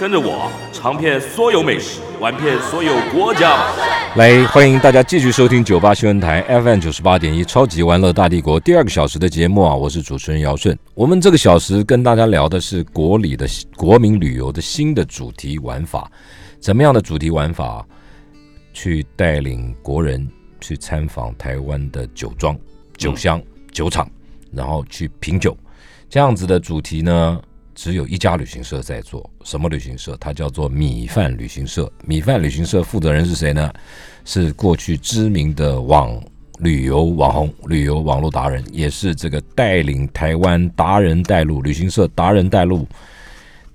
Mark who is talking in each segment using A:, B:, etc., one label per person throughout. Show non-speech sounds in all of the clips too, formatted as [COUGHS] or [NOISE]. A: 跟着我尝遍所有美食，玩遍所有国家吧。
B: 来，欢迎大家继续收听九八新闻台 FM 九十八点一超级玩乐大帝国第二个小时的节目啊，我是主持人姚顺。我们这个小时跟大家聊的是国里的国民旅游的新的主题玩法，怎么样的主题玩法啊去带领国人去参访台湾的酒庄、酒乡、酒厂，然后去品酒。这样子的主题呢，只有一家旅行社在做。什么旅行社？它叫做米饭旅行社。米饭旅行社负责人是谁呢？是过去知名的网旅游网红、旅游网络达人，也是这个带领台湾达人带路、旅行社达人带路、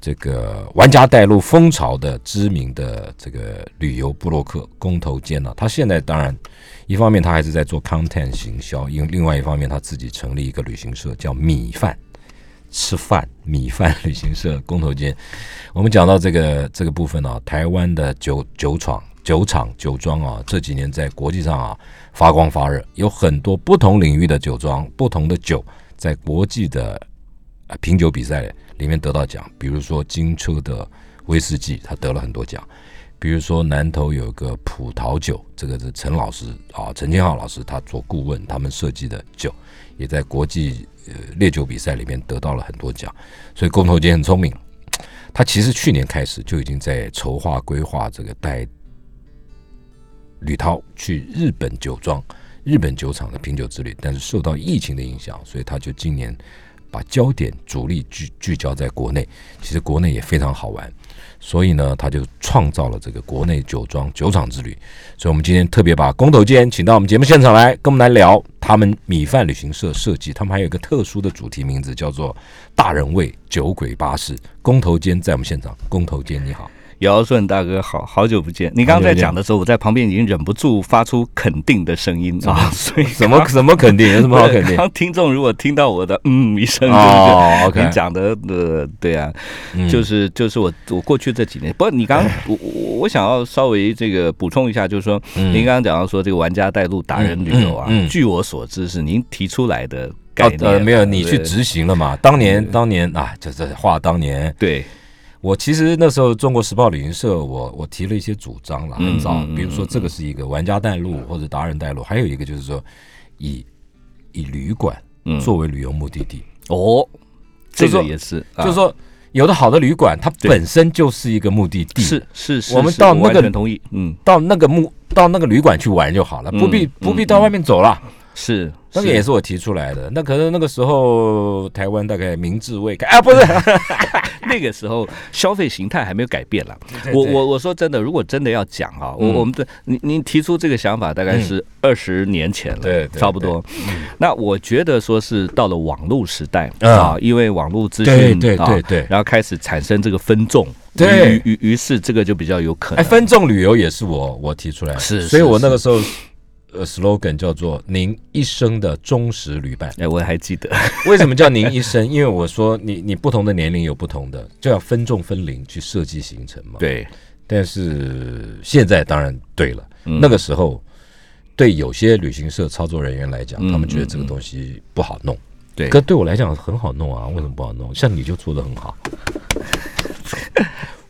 B: 这个玩家带路风潮的知名的这个旅游布洛克工头坚呢、他现在当然一方面他还是在做 content 行销，因为另外一方面他自己成立一个旅行社叫米饭。吃饭米饭旅行社工头间，我们讲到这个这个部分啊，台湾的酒酒厂、酒厂、酒庄啊，这几年在国际上啊发光发热，有很多不同领域的酒庄、不同的酒在国际的呃品酒比赛里面得到奖，比如说金车的威士忌，他得了很多奖。比如说南头有个葡萄酒，这个是陈老师啊，陈建浩老师他做顾问，他们设计的酒，也在国际呃烈酒比赛里面得到了很多奖。所以工头姐很聪明，他其实去年开始就已经在筹划规划这个带吕涛去日本酒庄、日本酒厂的品酒之旅，但是受到疫情的影响，所以他就今年把焦点主力聚聚焦在国内。其实国内也非常好玩，所以呢，他就创造了这个国内酒庄酒厂之旅。所以，我们今天特别把工头坚请到我们节目现场来，跟我们来聊他们米饭旅行社设计，他们还有一个特殊的主题名字叫做“大人味酒鬼巴士”。工头坚在我们现场，工头坚你好，
C: 姚顺大哥好，好久不见！你刚刚在讲的时候，我在旁边已经忍不住发出肯定的声音啊，所以
B: 怎么怎么肯 [LAUGHS] 定？有什
C: 不
B: 么好肯定？
C: 刚听众如果听到我的嗯一声，就是
B: 哦，OK，嗯
C: 你讲的呃，对啊，就是就是我我过去这几年，不过你刚刚我我我想要稍微这个补充一下，就是说您刚刚讲到说这个玩家带路达人旅游啊
B: 嗯嗯嗯嗯，
C: 据我所知是您提出来的概
B: 哦
C: 念啊，
B: 呃，没有，你
C: 对
B: 去执行了嘛？当年，当年啊，这这话当年，
C: 对
B: 我其实那时候《中国时报》旅行社我，我提了一些主张了，很
C: 嗯
B: 早，
C: 嗯
B: 比如说这个是一个玩家带路或者达人带路，还有一个就是说以以旅馆
C: 嗯
B: 作为旅游目的地，
C: 哦，
B: 就
C: 这
B: 是说
C: 个也是，啊
B: 就是说有的好的旅馆它
C: 对
B: 本身就是一个目的地，
C: 是是是，
B: 我们
C: 是
B: 到那
C: 完
B: 个
C: 全同意，嗯，
B: 到那个目到那个旅馆去玩就好了，不必
C: 嗯
B: 不必到外面走了。
C: 是
B: 那个也是我提出来的，那可能那个时候台湾大概明智未改 [LAUGHS] 啊，不是，
C: [LAUGHS] 那个时候消费形态还没有改变了。
B: 对
C: 我
B: 对
C: 我我说真的，如果真的要讲啊，我
B: 嗯
C: 我们的您您提出这个想法大概是二十年前了，
B: 对对
C: 差不多。那我觉得说是到了网络时代
B: 嗯
C: 啊，因为网络资
B: 对
C: 讯
B: 对
C: 啊
B: 对对
C: 然后开始产生这个分众，
B: 对
C: 于于于是这个就比较有可
B: 哎，
C: 能。
B: 分众旅游也是我我提出来的，
C: 是
B: 所以
C: 是
B: 我那个时候呃 slogan 叫做“您一生的忠实旅伴 [LAUGHS]
C: 哎，我还记得，”。
B: 为什么叫您一生？因为我说你你不同的年龄有不同的，就要分众分龄去设计行程嘛。。
C: 对，
B: 但是现在当然对了，
C: 嗯
B: 那个时候对有些旅行社操作人员来讲，
C: 嗯
B: 他们觉得这个东西不好弄。
C: 对
B: 可对我来讲很好弄啊，为什么不好弄？像你就做的很好，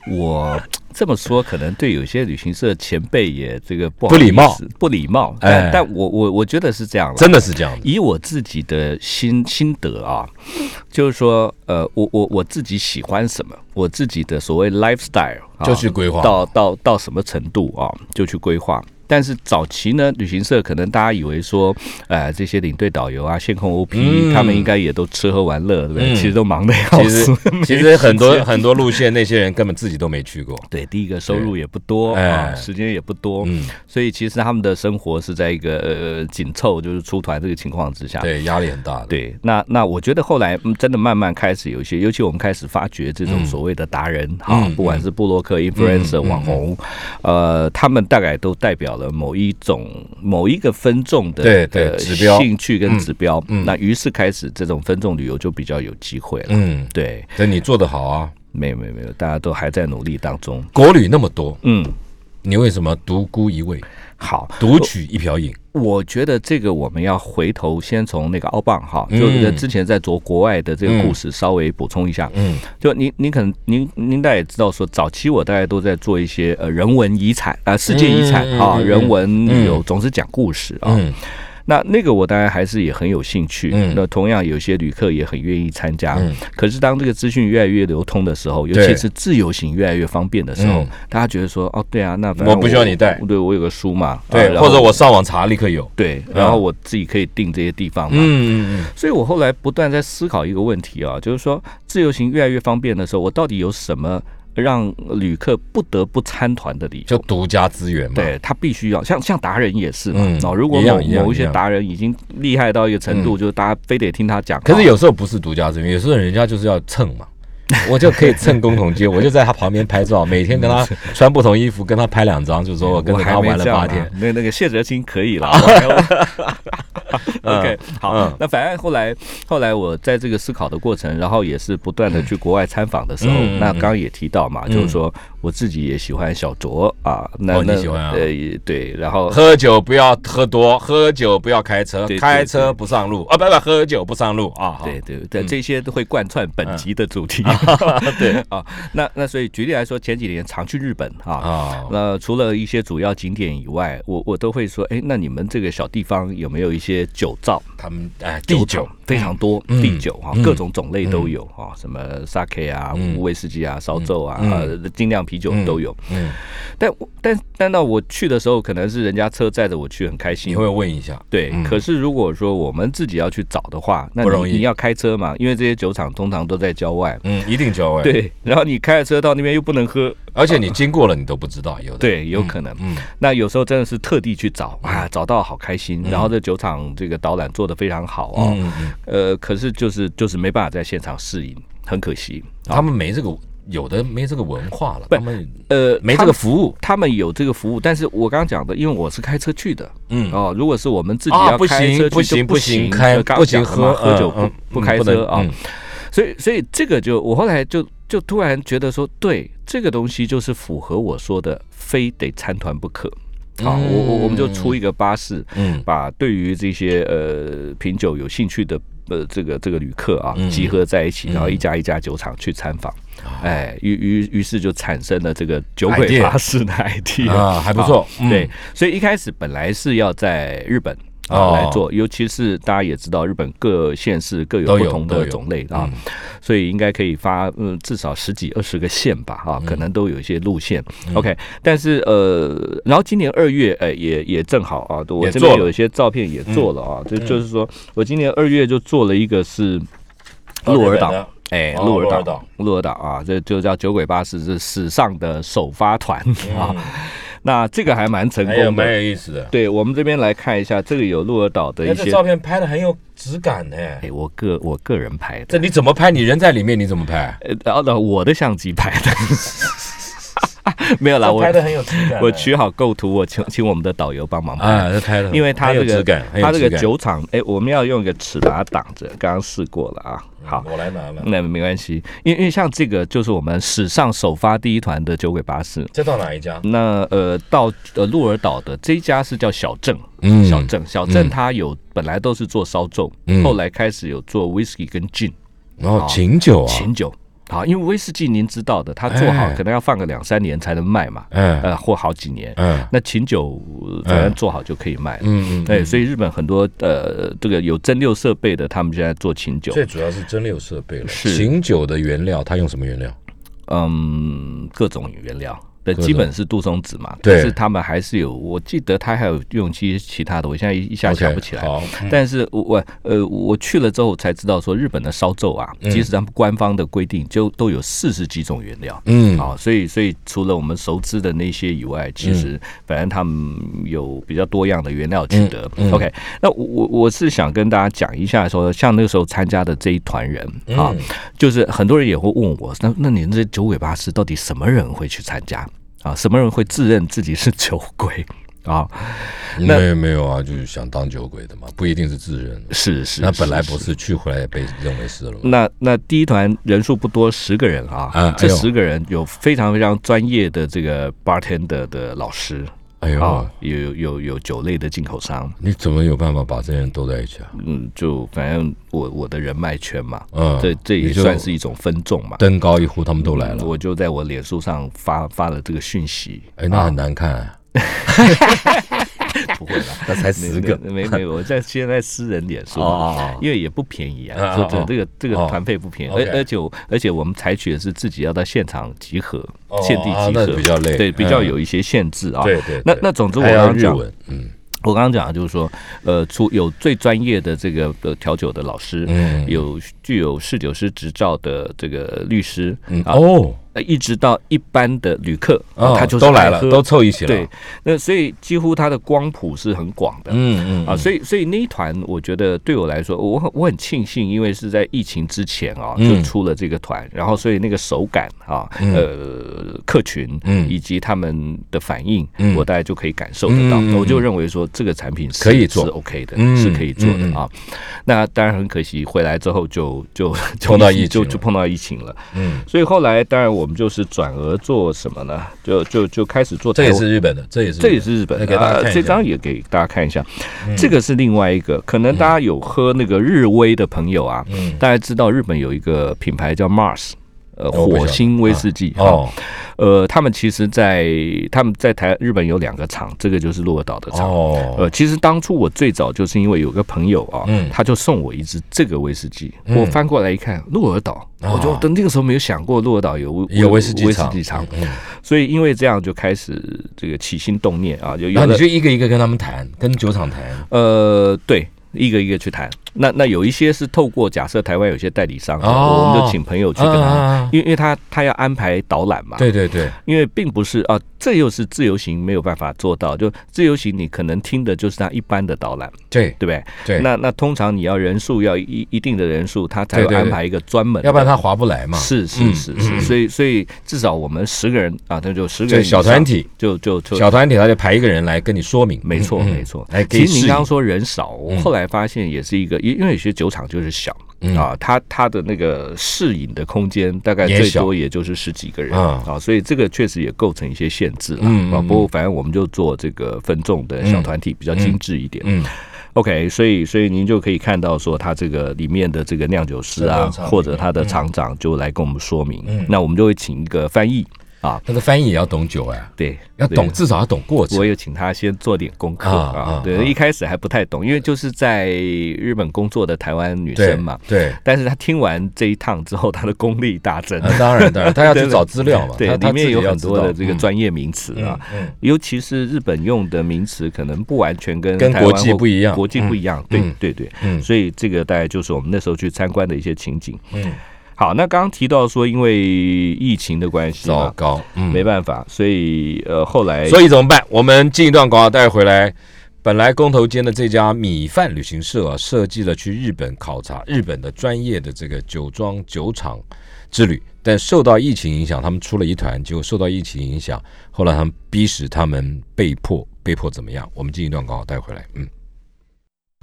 C: 我这么说可能对有些旅行社前辈也这个不好
B: 不礼
C: 意
B: 貌
C: 思，不礼貌。
B: 哎
C: 但但我我我觉得是这样了，
B: 真的是这样的。
C: 以我自己的心心得啊，就是说，呃，我我我自己喜欢什么，我自己的所谓 lifestyle 啊、
B: 就去规划
C: 到到到什么程度啊，就去规划。但是早期呢，旅行社可能大家以为说，呃，这些领队导游啊、线控 OP，、
B: 嗯
C: 他们应该也都吃喝玩乐，对不对？
B: 嗯
C: [LAUGHS] 其实都忙得要
B: 其实
C: 死。
B: 其实很多很多路线那些人根本自己都没去过。
C: 对对，第一个收入也不多
B: 对
C: 啊，
B: 哎
C: 时间也不多，
B: 嗯，
C: 所以其实他们的生活是在一个呃紧凑，就是出团这个情况之下。
B: 对，压力很大的，
C: 啊对，那那我觉得后来嗯真的慢慢开始有一些，尤其我们开始发掘这种所谓的达人哈、
B: 嗯
C: 不管是布洛克、influencer、网红，呃，他们大概都代表了某一种某一个分众的
B: 对对
C: 呃
B: 指标
C: 兴趣跟指标、
B: 嗯嗯
C: 那于是开始这种分众旅游就比较有机会了。
B: 嗯，
C: 对，
B: 但你做得好啊，
C: 没有没有没有，大家都还在努力当中。
B: 国旅那么多，
C: 嗯，
B: 你为什么独孤一味，
C: 好，
B: 独取一瓢饮？
C: 我觉得这个我们要回头先从那个奥棒哈，
B: 嗯
C: 就是之前在做国外的这个故事稍微补充一下。
B: 嗯
C: 就您您可能您您大家也知道说，早期我大概都在做一些呃人文遗产啊、世界遗产
B: 嗯嗯
C: 啊、
B: 嗯
C: 人文旅游，总是讲故事啊。
B: 嗯
C: 那那个我当然还是也很有兴趣，
B: 嗯
C: 那同样有些旅客也很愿意参加。
B: 嗯
C: 可是当这个资讯越来越流通的时候，尤
B: 对
C: 其是自由行越来越方便的时候，
B: 嗯
C: 大家觉得说哦，对啊，那反正
B: 我不需要你带
C: 对我有个书嘛，啊
B: 对，
C: 然后啊
B: 或者我上网查立刻有，
C: 对，然后我自己可以定这些地方嘛。
B: 嗯嗯
C: 所以我后来不断在思考一个问题啊，就是说自由行越来越方便的时候，我到底有什么让旅客不得不参团的理
B: 就
C: 由？
B: 独家资源嘛，
C: 对他必须要像像达人也是嘛，
B: 嗯
C: 哦，如果
B: 一样
C: 某
B: 一样
C: 某一
B: 一
C: 些
B: 样
C: 达人已经厉害到一个程度，就是大家非得听他讲话。
B: 可是有时候不是独家资源，有时候人家就是要蹭
C: [LAUGHS]
B: 嘛。我就可以蹭工同街，我就在他旁边拍照，每天跟他穿不同衣服，跟他拍两张，就说我跟
C: 嗯我
B: 着
C: 还
B: 他
C: 没
B: 玩了
C: 这样
B: 八
C: 啊
B: 天。啊
C: 那那个谢哲青可以了。我还有 [LAUGHS] OK，
B: 嗯
C: 好，那反正后来后来我在这个思考的过程，然后也是不断的去国外参访的时候，
B: 嗯嗯嗯
C: 那刚刚也提到嘛，
B: 嗯
C: 就是说我自己也喜欢小酌啊，那
B: 哦你
C: 那
B: 喜欢啊
C: 呃也对，然后
B: 喝酒不要喝多，喝酒不要开车
C: 对，对
B: 开车不上路啊！不不，喝酒不上路啊！好
C: 对对对，
B: 嗯
C: 这些都会贯穿本集的主题。 [LAUGHS] 对啊，那那所以举例来说，前几年常去日本啊，
B: 啊，
C: 那除了一些主要景点以外，我我都会说，哎，那你们这个小地方有没有一些酒造？
B: 他们哎，第九
C: 厂非常多，
B: 嗯
C: 地酒啊
B: 嗯，
C: 各种种类都有啊，什么 sake 啊
B: 嗯、
C: 威士忌啊、烧酒啊、
B: 嗯
C: 呃精酿啤酒都有。
B: 嗯，
C: 但我但但到我去的时候，可能是人家车载着我去，很开
B: 你
C: 心。
B: 会问一下，
C: 对
B: 嗯，
C: 可是如果说我们自己要去找的话，那你
B: 不容易
C: 你要开车嘛，因为这些酒厂通常都在郊外。
B: 嗯，一定交位，，
C: 对， [LAUGHS] 然后你开着车到那边又不能喝，
B: 而且你经过了你都不知道，有的，
C: 对，有可能。
B: 嗯，
C: 那有时候真的是特地去找啊，找到好开心。然后这酒厂这个导览做得非常好哦，
B: 嗯嗯嗯嗯，
C: 呃，可是就是就是没办法在现场适应，很可惜。
B: 他们没这个，有的没这个文化了，他们
C: 呃，
B: 没
C: 他
B: 这个
C: 们
B: 服务，
C: 他们有这个服务，但是我刚刚讲的，因为我是开车去的
B: 嗯，
C: 哦，如果是我们自己
B: 啊
C: 要
B: 不
C: 开
B: 行
C: 车去就
B: 不行
C: 不
B: 不行开
C: 就刚
B: 不行
C: 讲了嘛
B: 喝
C: 喝酒
B: 嗯
C: 不
B: 嗯
C: 不开
B: 不能
C: 车啊
B: 嗯，
C: 所以所以这个就我后来就就突然觉得说，对这个东西就是符合我说的，非得参团不可。啊，我我我们就出一个巴士，
B: 嗯
C: 把对于这些呃品酒有兴趣的呃这个这个旅客啊
B: 嗯
C: 集合在一起，
B: 嗯啊
C: 然后一家一家酒厂去参访，哎，于于于是就产生了这个酒鬼
B: idea
C: 巴士的 idea
B: 啊，还不错，嗯
C: 对，，所以一开始本来是要在日本。啊，
B: 哦
C: 来做，尤其是大家也知道，日本各县市各有
B: 都
C: 不
B: 有
C: 同
B: 都
C: 的
B: 有嗯
C: 种类啊，所以应该可以发，嗯，至少十几二十个县吧，啊，
B: 嗯
C: 可能都有一些路线。OK，但是呃，然后今年二月，呃，也也正好啊，我
B: 也
C: 这
B: 做
C: 边
B: 了嗯
C: 有一些照片也做了啊，就就是说我今年二月就做了一个是
B: 哦
C: 鹿儿
B: 日本
C: 岛
B: 的，
C: 哎，
B: 哦
C: 鹿儿
B: 鹿儿
C: 岛
B: 岛，
C: 鹿儿岛啊，这就叫酒鬼巴士，是史上的首发团啊。那这个还蛮成
B: 嗯还有
C: 功
B: 哎蛮
C: 的。
B: 有意思的，
C: 对我们这边来看一下，这个有鹿儿岛的
B: 哎
C: 一
B: 这
C: 些，
B: 照片拍的很有质感呢，
C: 哎，我个我个人拍
B: 这
C: 的，
B: 你怎么拍？你人在里面你怎么拍？
C: 呃，然后呢，我的相机拍的， [LAUGHS] 没有啦，
B: 这
C: 我
B: 拍的很有质感呢，
C: 我取好构图，我请请我们的导游帮忙拍。
B: 啊，这拍的，
C: 因为它
B: 很
C: 这
B: 有质
C: 个
B: 感，很有
C: 它这个
B: 质感
C: 酒厂，哎，我们要用一个尺把它挡着，刚刚试过了啊。好，
B: 嗯我来拿了。
C: 那没关系，因为因为像这个就是我们史上首发第一团的酒鬼巴士，
B: 这到哪一家？
C: 那呃，到呃鹿儿岛的这一家是叫小镇，
B: 嗯
C: 小镇，小镇它有、本来都是做烧酒，
B: 嗯
C: 后来开始有做 whisky 跟 gin
B: 然后琴酒啊，
C: 哦琴酒。好，因为威士忌您知道的，它做好
B: 哎
C: 可能要放个两三年才能卖嘛，
B: 嗯
C: 呃，或好几年。
B: 嗯
C: 那琴酒呃反正做好就可以卖了。
B: 哎嗯嗯，
C: 对，所以日本很多呃这个有蒸馏设备的，他们现在做琴酒，
B: 最主要是蒸馏设备了。
C: 是
B: 琴酒的原料，它用什么原料？
C: 嗯，各种原料。的基本是杜松子嘛，
B: 对
C: 但是他们还是有，我记得他还有用一些其他的，我现在一一下
B: OK，
C: 想不起来。
B: 好，嗯
C: 但是我我呃，我去了之后才知道，说日本的烧酒啊，
B: 嗯
C: 即使他们官方的规定，就都有四十几种原料。
B: 嗯，
C: 啊，所以所以除了我们熟知的那些以外，其实反正他们有比较多样的原料取得。
B: 嗯嗯
C: OK，那我我我是想跟大家讲一下说，像那个时候参加的这一团人
B: 嗯
C: 啊，就是很多人也会问我，那那你这九尾巴师到底什么人会去参加啊？什么人会自认自己是酒鬼啊？那
B: 没有没有啊，就是想当酒鬼的嘛，不一定是自认。
C: 是是，
B: 那本来不
C: 是。嗯
B: 是，去回来也被认为是了嘛。
C: 那那第一团人数不多，十个人啊，
B: 啊
C: 这
B: 哎呦
C: 十个人有非常非常专业的这个 bartender 的老师，
B: 哎呦，
C: 啊，有有有有酒类的进口商，
B: 你怎么有办法把这些人都在一起啊？
C: 嗯，就反正我我的人脉圈嘛，
B: 嗯，
C: 这这也
B: 你就
C: 算是一种分众嘛。
B: 登高一呼，他们都来
C: 嗯
B: 了。
C: 我就在我脸书上发发了这个讯息。
B: 哎，那很难看
C: [LAUGHS]
B: 啊， [LAUGHS]
C: 不会啦，
B: 那才
C: 没 [LAUGHS] 没没没，
B: [LAUGHS]
C: 我在现在私人脸书嘛，
B: 哦，
C: 因为也不便宜
B: 啊啊
C: 啊，说真
B: 啊
C: 的，这个这个
B: 哦
C: 团费不便宜，
B: OK
C: 而而且我而且我们采取的是自己要到现场集合
B: 哦，
C: 现地
B: 啊
C: 集
B: 那
C: 合，
B: 比较累
C: 对，比较
B: 嗯
C: 有一些限制啊。
B: 对对，
C: 那
B: 对
C: 那总之我
B: 还要
C: 刚
B: 日
C: 讲，
B: 文，嗯
C: 我刚刚讲的就是说，呃，出有最专业的这个呃调酒的老师，
B: 嗯
C: 有具有侍酒师执照的这个律师，
B: 嗯，
C: 啊
B: 哦，
C: 呃一直到一般的旅客，
B: 哦
C: 啊他就是
B: 都来了
C: 爱，喝
B: 都凑一起了。
C: 对，那所以几乎他的光谱是很广的。
B: 嗯嗯
C: 啊，
B: 嗯
C: 所以所以那一团，我觉得对我来说，我很我很庆幸，因为是在疫情之前啊，
B: 嗯
C: 就出了这个团，然后所以那个手感啊，呃，客群，
B: 嗯
C: 以及他们的反应，
B: 嗯
C: 我大概就可以感受得到。
B: 嗯嗯嗯
C: 我就认为说，这个产品是
B: 可以做
C: 是 OK 的，
B: 嗯
C: 是可以做的
B: 嗯嗯
C: 啊。那当然很可惜，回来之后就就就
B: [LAUGHS] 碰到疫
C: 疫
B: 情
C: 就
B: 了
C: 就碰到疫情了。
B: 嗯，
C: 所以后来，当然我们就是转而做什么呢？就就就开始做
B: 这
C: 台
B: 也
C: 湾
B: 是日本的，这也是
C: 这也是日本
B: 那
C: 的
B: 给大家
C: 啊
B: 看，一下
C: 这
B: 嗯
C: 张也给大家看一下。这个是另外一个，可能大家有喝那个日威的朋友啊，
B: 嗯
C: 大家知道日本有一个品牌叫 Mars。呃，
B: 哦我不晓得
C: 火星威士忌
B: 哦，
C: 呃，他们其实在，他们在台日本有两个厂，这个就是鹿儿岛的厂。
B: 哦，
C: 呃，其实当初我最早就是因为有个朋友啊，
B: 嗯
C: 他就送我一支这个威士忌，
B: 嗯
C: 我翻过来一看，鹿儿岛，
B: 哦
C: 我就等那个时候没有想过鹿儿岛有
B: 有威士忌
C: 威士
B: 厂
C: 忌厂，
B: 嗯，
C: 所以因为这样就开始这个起心动念啊，就有
B: 然后
C: 了
B: 你就一个一个跟他们谈，跟酒厂谈，
C: 呃，对，一个一个去谈。那那有一些是透过假设台湾有些代理商，啊
B: 哦
C: 我们就请朋友去跟他，
B: 啊啊啊
C: 因为因为他他要安排导览嘛。
B: 对对对，
C: 因为并不是啊，这又是自由行没有办法做到，就自由行你可能听的就是他一般的导览，
B: 对
C: 对不对？
B: 对，
C: 那那通常你要人数要一一定的人数，他才
B: 对
C: 会
B: 对对
C: 安排一个专门的
B: 要不然他划不来嘛。
C: 是
B: 嗯
C: 是是是，所以所以至少我们十个人啊，那就十个
B: 这
C: 人
B: 小
C: 以上
B: 团体，
C: 就就就
B: 小团体他就派一个人来跟你说明，
C: 没错，
B: 嗯
C: 没错。
B: 哎可以
C: 其实
B: 试
C: 您
B: 一
C: 刚刚说人少，我后来发现也是一个，因因为有些酒厂就是小
B: 嗯
C: 啊，它它的那个试饮的空间大概
B: 也
C: 最
B: 小
C: 多也就是十几个人
B: 啊
C: 啊，所以这个确实也构成一些限制了
B: 嗯嗯
C: 啊。
B: 嗯
C: 不过反正我们就做这个分众的小团体比较精致一点。
B: 嗯
C: OK，所以所以您就可以看到说，它这个里面的这个酿酒师
B: 这
C: 啊
B: 个厂，
C: 或者他的厂长就来跟我们说明
B: 嗯，
C: 那我们就会请一个翻译啊，
B: 那个翻译也要懂酒哎，
C: 对，
B: 要
C: 对
B: 懂，至少要懂过程
C: 我。有请他先做点功课
B: 啊啊
C: 啊。
B: 啊
C: 对，一开始还不太懂，因为就是在日本工作的台湾女
B: 对
C: 生嘛。
B: 对，
C: 但是她听完这一趟之后，她的功力大增。
B: 啊当然当
C: [LAUGHS]
B: 然，他要去
C: 对
B: 找资料嘛，
C: 对，
B: 他他
C: 里
B: 自己
C: 面有
B: 要
C: 很
B: 知
C: 多
B: 道
C: 的这个
B: 嗯
C: 专业名词啊，尤其是日本用的名词，可能不完全跟
B: 跟
C: 台湾
B: 国际
C: 或
B: 不一样
C: 国际不一样。对
B: 嗯
C: 对对，
B: 嗯
C: 所以这个大概就是我们那时候去参观的一些情景。
B: 嗯，
C: 好，那刚刚提到说，因为疫情的关系
B: 糟
C: 嘛，
B: 糕，嗯，
C: 没办法，所以呃后来
B: 所以怎么办？我们进一段广告带回来。本来工头间的这家米饭旅行社啊，设计了去日本考察日本的专业的这个酒庄酒厂之旅，但受到疫情影响，他们出了一团，结果受到疫情影响，后来他们逼使他们被迫被迫怎么样？我们进一段广告带回来，嗯。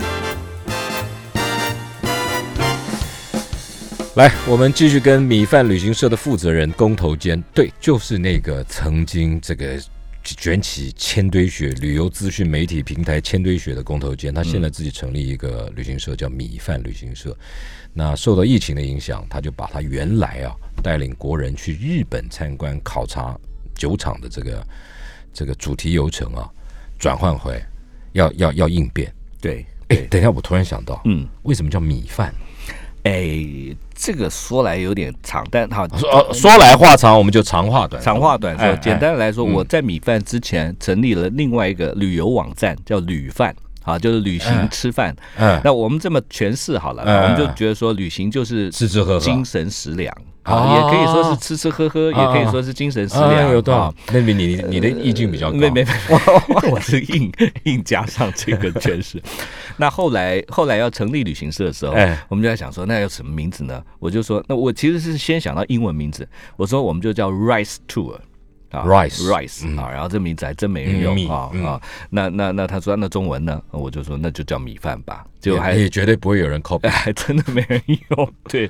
B: 来，我们继续跟米饭旅行社的负责人工头坚，对，就是那个曾经这个卷起千堆雪旅游资讯媒体平台千堆雪的工头坚，他现在自己成立一个旅行社，叫米饭旅行社。那受到疫情的影响，他就把他原来啊带领国人去日本参观考察酒厂的这个这个主题游程啊，转换回来要要要应变。
C: 对
B: 哎，等一下，我突然想到，
C: 嗯
B: 为什么叫米饭？
C: 哎，这个说来有点长，但好
B: 说呃说来话长，我们就长话短说。
C: 长话短
B: 哎
C: 说，
B: 哎
C: 简单来说，
B: 嗯
C: 我在米饭之前成立了另外一个旅游网站，叫旅饭。啊，就是旅
B: 哎
C: 行吃饭。
B: 嗯，
C: 那我们这么诠释好了，
B: 哎
C: 我们就觉得说旅行就是
B: 吃吃喝喝，
C: 精神食粮
B: 啊
C: 啊，也可以说是吃吃喝喝，也可以说是精神食
B: 哎
C: 粮。
B: 有多
C: 啊
B: 少？那比你你的意境比较高。
C: 没没没， [LAUGHS] 我我是硬硬加上这个诠释。 [LAUGHS] 那后来后来要成立旅行社的时候，
B: 哎
C: 我们就在想说，那要什么名字呢？我就说，那我其实是先想到英文名字，我说我们就叫 Rice Tour。啊
B: Rice，
C: rice 啊，然后这名字还真没人
B: 嗯米
C: 用啊
B: 嗯
C: 啊！那那那他说那中文呢？我就说那就叫米饭吧，结果还
B: 也也绝对不会有人 copy。
C: [LAUGHS] 还真的没人用。对，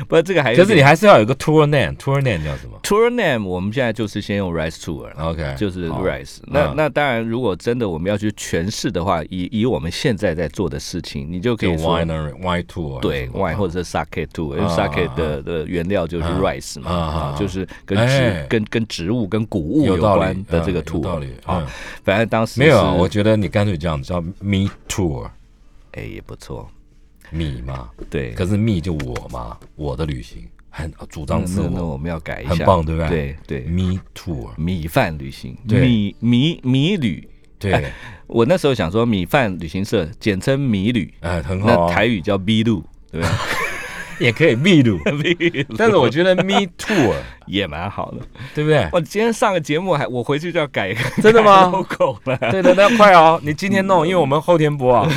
C: 不过这个还有
B: 可是
C: 点
B: 你还是要有个 tour name，tour name 叫什么
C: tour name 我们现在就是先用 rice tour 了。
B: ？OK，
C: 就是
B: 好
C: rise。那
B: 嗯
C: 那当然，如果真的我们要去诠释的话，以以我们现在在做的事情，你就可
B: 就
C: 以说
B: winery wine 啊 tour，啊
C: 对
B: 嗯
C: wine 或者是 sake too，因为 sake 的的原料就是 rice 嘛，
B: 啊啊
C: 啊
B: 啊，
C: 就是跟
B: 哎
C: 植跟跟植物跟谷物
B: 有
C: 有
B: 道理
C: 关的这个
B: 嗯有
C: tour，
B: 道理嗯
C: 啊。反正当时
B: 没有啊，
C: 是
B: 我觉得你干脆这样子叫 me tour，
C: 哎也不错，
B: 你嘛，
C: 对。
B: 可是 me 就我嘛，我的旅行很主
C: 那
B: 张自
C: 那那
B: 我
C: 我们要改一
B: 很
C: 下，
B: 棒对不对
C: 对对，
B: ，me tour，
C: 米饭旅行，
B: 对
C: 米米米旅。
B: 对，
C: 我那时候想说米饭旅行社，简称米旅，
B: 哎，很好
C: 那
B: 啊，
C: 台语叫 B 路，对吧？
B: 也可以 [LAUGHS] me do，但是我觉得 me tour
C: 也蛮好的。
B: 对不对？
C: 我今天上个节目还，我回去就要改一个
B: [LAUGHS] 真的吗
C: logo 了。
B: 对的，那快哦，你今天弄，因为我们后天播 [LAUGHS] 啊，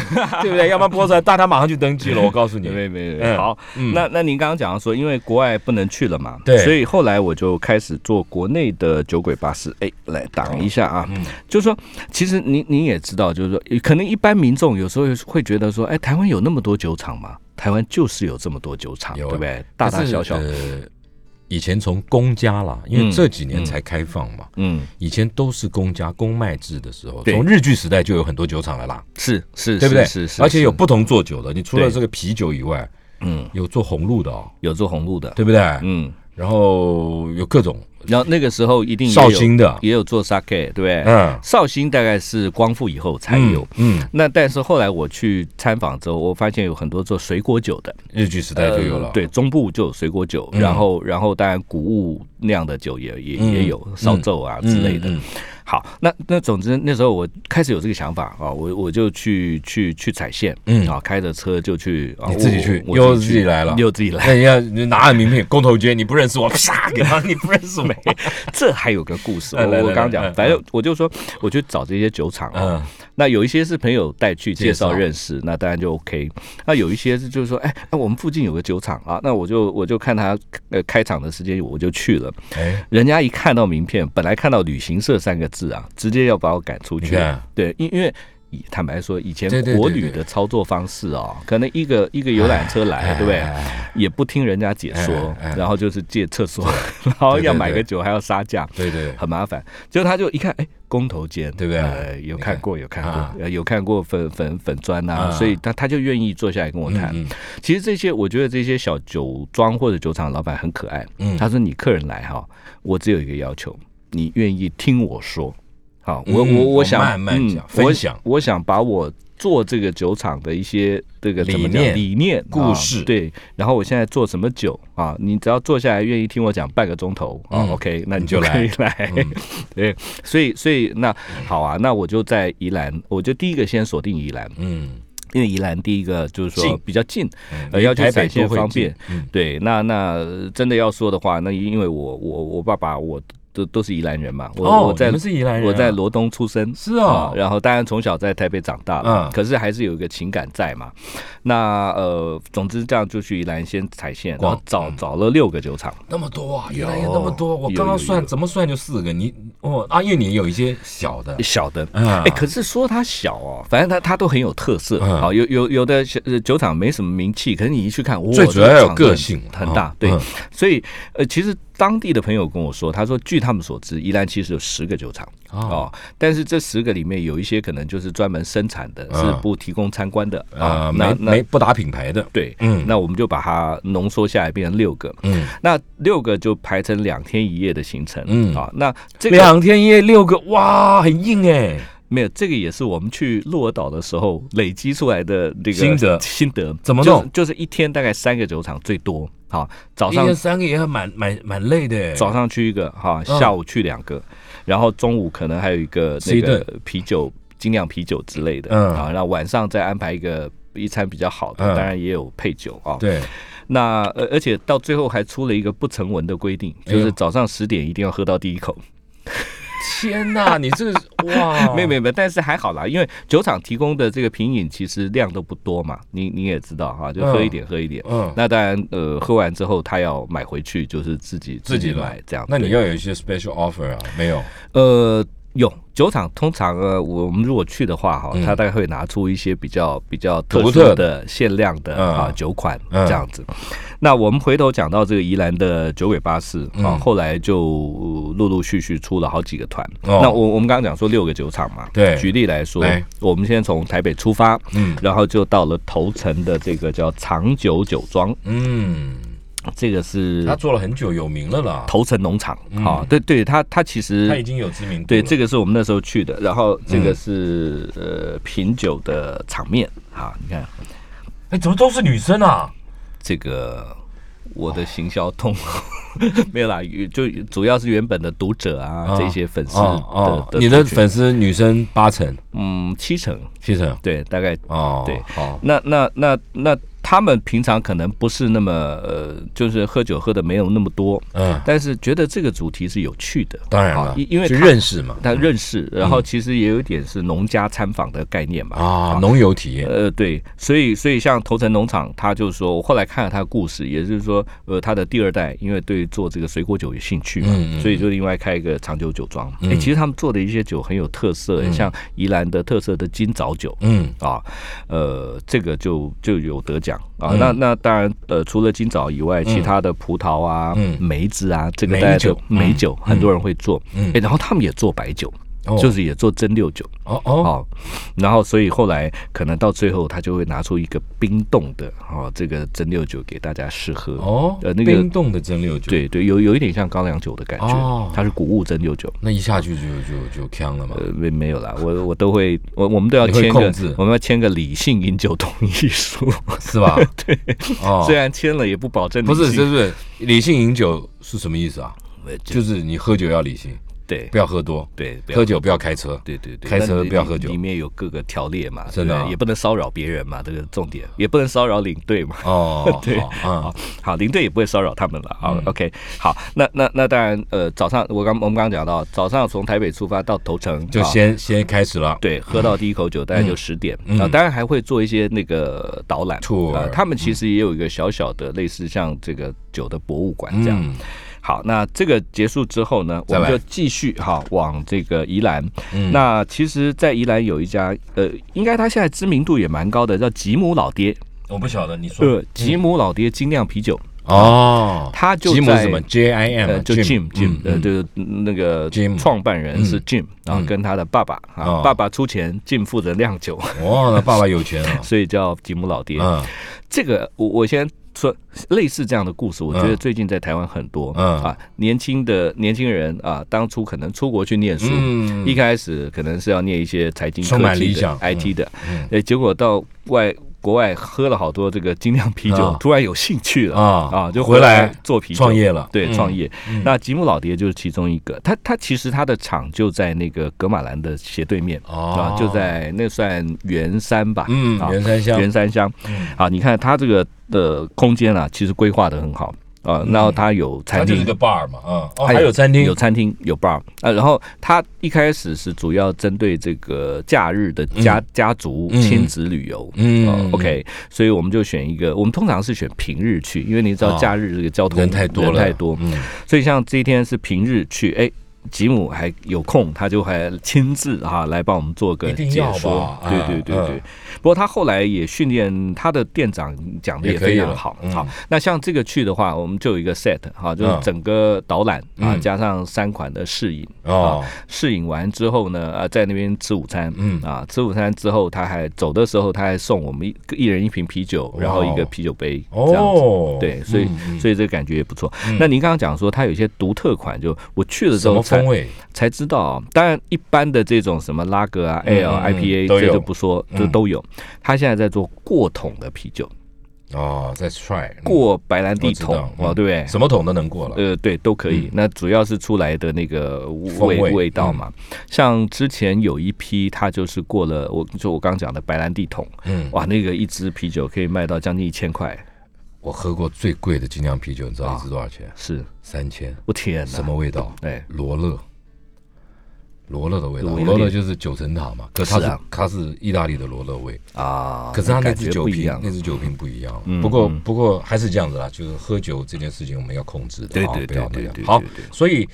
B: 对不对？要不然播出来，大家马上就登记了。我告 [LAUGHS] 诉你，
C: 没没没，
B: 嗯
C: 好，那那您刚刚讲到说，因为国外不能去了嘛，
B: 对
C: 所以后来我就开始做国内的酒鬼巴士，哎，来挡一下
B: 哦嗯
C: 啊，就是说，其实您您也知道，就是说，哎可能一般民众有时候会觉得说，哎，台湾有那么多酒厂吗？台湾就是有这么多酒厂，
B: 有
C: 对不对？大大小小
B: 可，是呃以前从公家啦，因为
C: 嗯
B: 这几年才开放嘛，
C: 嗯，
B: 以前都是公家公卖制的时候，
C: 对
B: 从日据时代就有很多酒厂了啦，
C: 是是，
B: 对不对？
C: 是是是，
B: 而且有不同做酒的，你除了
C: 对
B: 这个啤酒以外，
C: 嗯
B: 有做红露的哦，
C: 有做红路的，
B: 对不对？
C: 嗯，
B: 然后有各种
C: 然后那个时候一定也有
B: 绍兴的，
C: 也有做 sake，对不对？
B: 嗯，
C: 绍兴大概是光复以后才
B: 嗯
C: 有。
B: 嗯，
C: 那但是后来我去参访之后，我发现有很多做水果酒的，
B: 日据时代就有了，
C: 呃对，中部就有水果酒，
B: 嗯
C: 然后然后当然谷物那样的酒也也
B: 嗯
C: 也有烧酒啊
B: 嗯
C: 之类的
B: 嗯。
C: 好，那那总之那时候我开始有这个想法啊，我我就去去去采线，
B: 嗯
C: 啊，开着车就去，啊
B: 你自己去
C: 我
B: 又
C: 我
B: 自己来了
C: 又自己来，
B: 那人家你拿了名片，工头街你不认识我，啪给他，你不认识我，
C: [LAUGHS] 这还有个故事，我
B: 来来来
C: 我刚刚
B: 来来
C: 讲，反正我就说我去找这些酒厂啊，
B: 嗯，
C: 那有一些是朋友带去
B: 介
C: 介
B: 绍
C: 绍认识，那当然就 OK。那有一些是就是说，哎，那我们附近有个酒厂啊，那我就我就看他呃开场的时间我就去了。
B: 哎，
C: 人家一看到名片，本来看到旅行社三个字啊，直接要把我赶出
B: 你
C: 去。
B: 看，
C: 对，因因为。以坦白说，以前
B: 对对对
C: 国
B: 对哎
C: 旅的操作方式哦，可能一个一个游览车来，对不对？也不听人家解说
B: 哎哎，
C: 然后就是借厕所，然后
B: [LAUGHS] 对对
C: 要买
B: 对
C: 个酒还要杀价，
B: 对对，
C: 很麻烦。结果他就一看，哎，工头间，
B: 对不对
C: 呃，有看过，有看
B: 哎啊
C: 过，呃有看过粉粉粉砖
B: 啊
C: 呐，所以他他就愿意坐下来跟我谈。
B: 嗯
C: 其实这些，我觉得这些小酒庄或者酒厂老板很可爱。
B: 嗯
C: 他说：“你客人来哈，我只有一个要求，你愿意听我说。好，我
B: 嗯
C: 我
B: 我
C: 我想
B: 慢慢
C: 嗯
B: 讲
C: 我
B: 分享
C: 我想把我。”做这个酒厂的一些这个怎么
B: 理
C: 讲
B: 念
C: 理念、
B: 故
C: 啊
B: 事
C: 对，然后我现在做什么酒啊？你只要坐下来愿意听我讲半个钟头啊、
B: 嗯
C: o k 那
B: 你
C: 你
B: 就
C: 就
B: 来嗯
C: 可以来。对，所以所以那好啊，那我就在宜兰，我就第一个先锁定宜兰，
B: 嗯，
C: 因为宜兰第一个就是说
B: 近
C: 比较近，
B: 嗯
C: 呃，要去
B: 台北
C: 展现
B: 都会
C: 方
B: 近嗯
C: 便。对，那那呃真的要说的话，那因为我我我爸爸我都都是宜兰人嘛，我、
B: 哦，
C: 我
B: 你
C: 在
B: 们是宜兰人啊，
C: 我在罗东出生，
B: 是哦
C: 啊然后当然从小在台北长大了，
B: 嗯
C: 可是还是有一个情感在嘛。那呃，总之这样就去宜兰先踩线，然
B: 逛嗯
C: 后找、找了六个酒厂，
B: 那么多啊，宜
C: 有
B: 兰有那么多，我
C: 有
B: 刚刚
C: 有
B: 算
C: 有
B: 怎么算就四个，你哦啊，因为你有一些小的，
C: 小的。
B: 啊
C: 哎、，可是说它小哦，反正它它都很有特色
B: 嗯
C: 啊、好有有有的小呃酒厂没什么名气，可是你一去看，哇
B: 最主要要有
C: 这个厂子
B: 个性
C: 很
B: 啊
C: 很大，对
B: 嗯。
C: 所以呃，其实当地的朋友跟我说，他说据他们所知，宜兰其实有十个酒厂
B: 哦
C: 哦，但是这十个里面有一些可能就是专门生产的，
B: 嗯
C: 是不提供参观的
B: 呃，
C: 啊。
B: 没
C: 那
B: 没
C: 那
B: 不打品牌的，
C: 对，
B: 嗯
C: 那我们就把它浓缩下来变成六个，
B: 嗯，
C: 那六个就排成两天一夜的行程，
B: 嗯
C: 啊，那这个
B: 两天一夜六个，哇，很硬哎，
C: 没有，这个也是我们去鹿儿岛的时候累积出来的这个
B: 心得
C: 心得
B: 怎么
C: 就
B: 弄
C: 就是一天大概三个酒厂最多，好，早
B: 一
C: 上
B: 天哎三个也很蛮蛮蛮累的耶，
C: 早上去一个哈，
B: 嗯
C: 下午去两个，然后中午可能还有一个
B: 吃一
C: 那
B: 顿
C: 个啤酒精酿啤酒之类的，
B: 嗯
C: 啊，那晚上再安排一个一餐比较好的，
B: 嗯
C: 当然也有配酒啊， [LAUGHS]
B: 对，
C: 那而而且到最后还出了一个不成文的规定，就
B: 哎呦
C: 是早上十点一定要喝到第一口。
B: 天哪，你这个哇，
C: [LAUGHS] 没有没有没有，但是还好啦，因为酒厂提供的这个品饮其实量都不多嘛，你你也知道哈，就喝一点喝一点。
B: 嗯，
C: 那当然，呃，喝完之后他要买回去，就是自己
B: 自己来
C: 买这样。
B: 那你
C: 对
B: 要有一些 special offer 啊，没有，
C: 呃，有酒厂通常呃，我们如果去的话哈
B: 嗯，
C: 他大概会拿出一些比较比较特
B: 独特
C: 殊的限量的
B: 嗯
C: 啊酒款
B: 嗯
C: 这样子。那我们回头讲到这个宜兰的九尾巴士啊，
B: 嗯
C: 后来就呃陆陆续续出了好几个团。
B: 哦
C: 那我我们刚刚讲说六个酒厂嘛，
B: 对
C: 举例来说
B: 来，
C: 我们先从台北出发，
B: 嗯
C: 然后就到了头城的这个叫长久酒庄，
B: 嗯，
C: 这个是
B: 他做了很久，有名了啦，
C: 头城农场啊，对对，它它其实
B: 他嗯已经有知名度
C: 对，
B: 了，
C: 这个是我们那时候去的，然后这
B: 嗯
C: 个是、呃品酒的场面啊，你看
B: 哎，怎么都是女生啊？
C: 这个我的行销通、 [LAUGHS] 没有啦，就主要是原本的读者啊，
B: 啊
C: 这些粉丝的、
B: 哦哦，
C: 的
B: 你的
C: 族群
B: 粉丝女生八成
C: 嗯七成
B: 七成
C: 对，大概
B: 哦，
C: 对
B: 好，
C: 那那那那他们平常可能不是那么呃，就是喝酒喝的没有那么多，
B: 嗯，
C: 但是觉得这个主题是有趣的，
B: 当然了
C: 啊，因因为
B: 去
C: 他
B: 认识嘛，
C: 他认识，然后其实也有一点是农家参访的概念嘛
B: 啊，农友体验，
C: 呃，对，所以所以像头城农场，他就说，我后来看了他的故事，也就是说，呃，他的第二代因为对做这个水果酒有兴趣嘛，
B: 嗯嗯嗯
C: 所以就另外开一个长久酒庄。哎、其实他们做的一些酒很有特色，像宜兰的特色的金枣酒。
B: 嗯
C: 啊，呃，这个就就有得奖啊。
B: 嗯
C: 那那当然，呃，除了金枣以外，其他的葡萄啊、
B: 嗯
C: 梅子啊，这个
B: 梅
C: 大家
B: 酒
C: 都梅酒很多人会做。
B: 嗯
C: 哎，然后他们也做白酒，
B: 哦
C: 就是也做蒸馏酒。
B: 哦哦，
C: 哦，然后所以后来可能到最后，他就会拿出一个冰冻的哦，这个蒸馏酒给大家试喝。
B: 哦，
C: 呃，那个
B: 冰冻的蒸馏酒，，
C: 对对，有有一点像高粱酒的感觉，
B: 哦
C: 它是谷物蒸馏酒。
B: 那一下去就就就呛了嘛，
C: 呃，没没有啦，我我都会，我我们都要
B: 你会
C: 签
B: 控
C: 个
B: 制，
C: 我们要签个理性饮酒同意书。
B: 是
C: [LAUGHS]
B: 吧？对，哦
C: 呃虽，然签了，也不保证理
B: 不是，
C: 性
B: 是不是理性饮酒是什么意思啊？
C: 呃就
B: 就是你喝酒要理性，
C: 对
B: 不要喝多，
C: 对，不要
B: 喝酒不要开车，
C: 对对对，
B: 开车
C: 但是
B: 不要喝酒
C: 里面有各个条例嘛，
B: 真的
C: 对不
B: 啊
C: 对也不能骚扰别人嘛，这个重点，也不能骚扰领队嘛。
B: 哦，
C: [LAUGHS] 对
B: 好嗯
C: 好，啊好，领队也不会骚扰他们了。好、o k 好，那那那当然，呃，早上我刚我们刚刚讲到，早上从台北出发到头城，
B: 就
C: 啊
B: 先先开始了，
C: 对喝到第一口酒，大概就十点、
B: 嗯
C: 啊。当然还会做一些那个导览
B: Tour 嗯
C: 啊他们其实也有一个小小的类似像这个酒的博物馆这样。
B: 嗯，
C: 好，那这个结束之后呢，
B: 再
C: 我
B: 来
C: 们就继续哈往这个宜兰。
B: 嗯
C: 那其实，在宜兰有一家呃，应该他现在知名度也蛮高的，叫吉姆老爹。
B: 我不晓得你说
C: 呃，吉姆老爹精酿啤酒，
B: 哦，
C: 他就
B: 吉姆是
C: 在
B: 什么？J I M，啊嗯
C: 呃，就 Jim Jim，呃，就是那个
B: Jim
C: 创办人是 Jim，然后
B: 嗯
C: 跟他的爸爸
B: 哦
C: 啊，爸爸出钱，Jim 负责酿酒，
B: 哇，哦那爸爸有钱啊，
C: [LAUGHS] 所以叫吉姆老爹。
B: 嗯
C: 这个我我先说类似这样的故事，我觉
B: 嗯
C: 得最近在台湾很多
B: 嗯
C: 啊，年轻的年轻人啊，当初可能出国去念书。
B: 嗯
C: 一开始可能是要念一些财经、
B: 充满
C: 科技的
B: 理想
C: IT 的
B: 嗯，
C: 呃，结果到外国外喝了好多这个精酿啤酒
B: 啊，
C: 突然有兴趣了
B: 啊
C: 啊，就
B: 回来
C: 做啤酒
B: 创业了，
C: 对，
B: 嗯
C: 创业。那吉姆老爹就是其中一个，他他其实他的厂就在那个格马兰的斜对面
B: 哦
C: 啊，，就在那算圆山吧，
B: 嗯
C: 啊
B: 圆山乡
C: 圆山乡啊，你看他这个的空间啊，其实规划的很好啊，然后他有
B: 它
C: 餐
B: 嗯就是
C: 厅
B: 个。bar 嘛，嗯，哦，
C: 它
B: 还有餐厅
C: 有，餐厅，有 bar 啊。然后他一开始是主要针对这个假日的家家族
B: 嗯
C: 亲子旅游，
B: 嗯
C: 哦，OK，所以我们就选一个，我们通常是选平日去，因为你知
B: 哦
C: 道假日这个交通
B: 人太多了，
C: 太多，
B: 嗯，
C: 所以像这一天是平日去，哎，吉姆还有空，他就还亲自哈、来帮我们做个
B: 一定
C: 解
B: 要
C: 说
B: 吧，
C: 对
B: 啊
C: 对对对。
B: 嗯
C: 不过他后来也训练他的店长讲的
B: 也
C: 也
B: 可以
C: 非
B: 了
C: 常好，
B: 嗯
C: 好。那像这个去的话，我们就有一个 set 哈、就是
B: 嗯
C: 整个导览啊，
B: 嗯
C: 加上三款的试饮。
B: 哦，
C: 试饮完之后呢，啊，在那边吃午餐，
B: 嗯
C: 啊，吃午餐之后，他还走的时候，他还送我们一一人一瓶啤酒，然后一
B: 哇哦
C: 个啤酒杯，这样子。
B: 哦，
C: 对，所以、
B: 嗯嗯嗯
C: 所以这个感觉也不错。那您刚刚讲说它有一些独特款，就我去了之
B: 什么
C: 后
B: 风
C: 才
B: 风味，
C: 才知道啊。当然，一般的这种什么拉格啊、
B: 嗯
C: L、
B: 嗯
C: IPA
B: 都有
C: 这就不说，这
B: 嗯
C: 都有。他现在在做过桶的啤酒，
B: 哦，再 try 嗯
C: 过白兰
B: 我
C: 地
B: 知
C: 桶
B: 道
C: 哦，
B: 嗯
C: 对不对？
B: 什么桶都能过了，
C: 呃，对，都可以。
B: 嗯
C: 那主要是出来的那个
B: 风
C: 味
B: 味嗯
C: 味道嘛。像之前有一批，它就是过了，我就我刚讲的白兰地桶，
B: 嗯，
C: 哇，那个一支啤酒可以卖到将近一千块，
B: 我喝过最贵的精酿啤酒，你知
C: 啊
B: 道一支多少钱？
C: 是
B: 三千，
C: 我天哪！
B: 什么？味道？
C: 哎，
B: 罗勒，罗勒的味道，
C: 我有
B: 罗勒
C: 点
B: 就是九层塔嘛，可它
C: 是
B: 是
C: 啊
B: 它是意大利的罗勒味，
C: 啊，
B: 可是它那
C: 感
B: 支
C: 觉
B: 酒
C: 不一
B: 瓶
C: 样，啊
B: 那支酒瓶不一样。啊
C: 嗯
B: 不过
C: 嗯
B: 不过还是这样子啦，就是喝酒这件事情我们要控制的
C: 对
B: 啊
C: 对，
B: 不
C: 对
B: 要那
C: 对
B: 样
C: 对。
B: 好
C: 对对，
B: 所以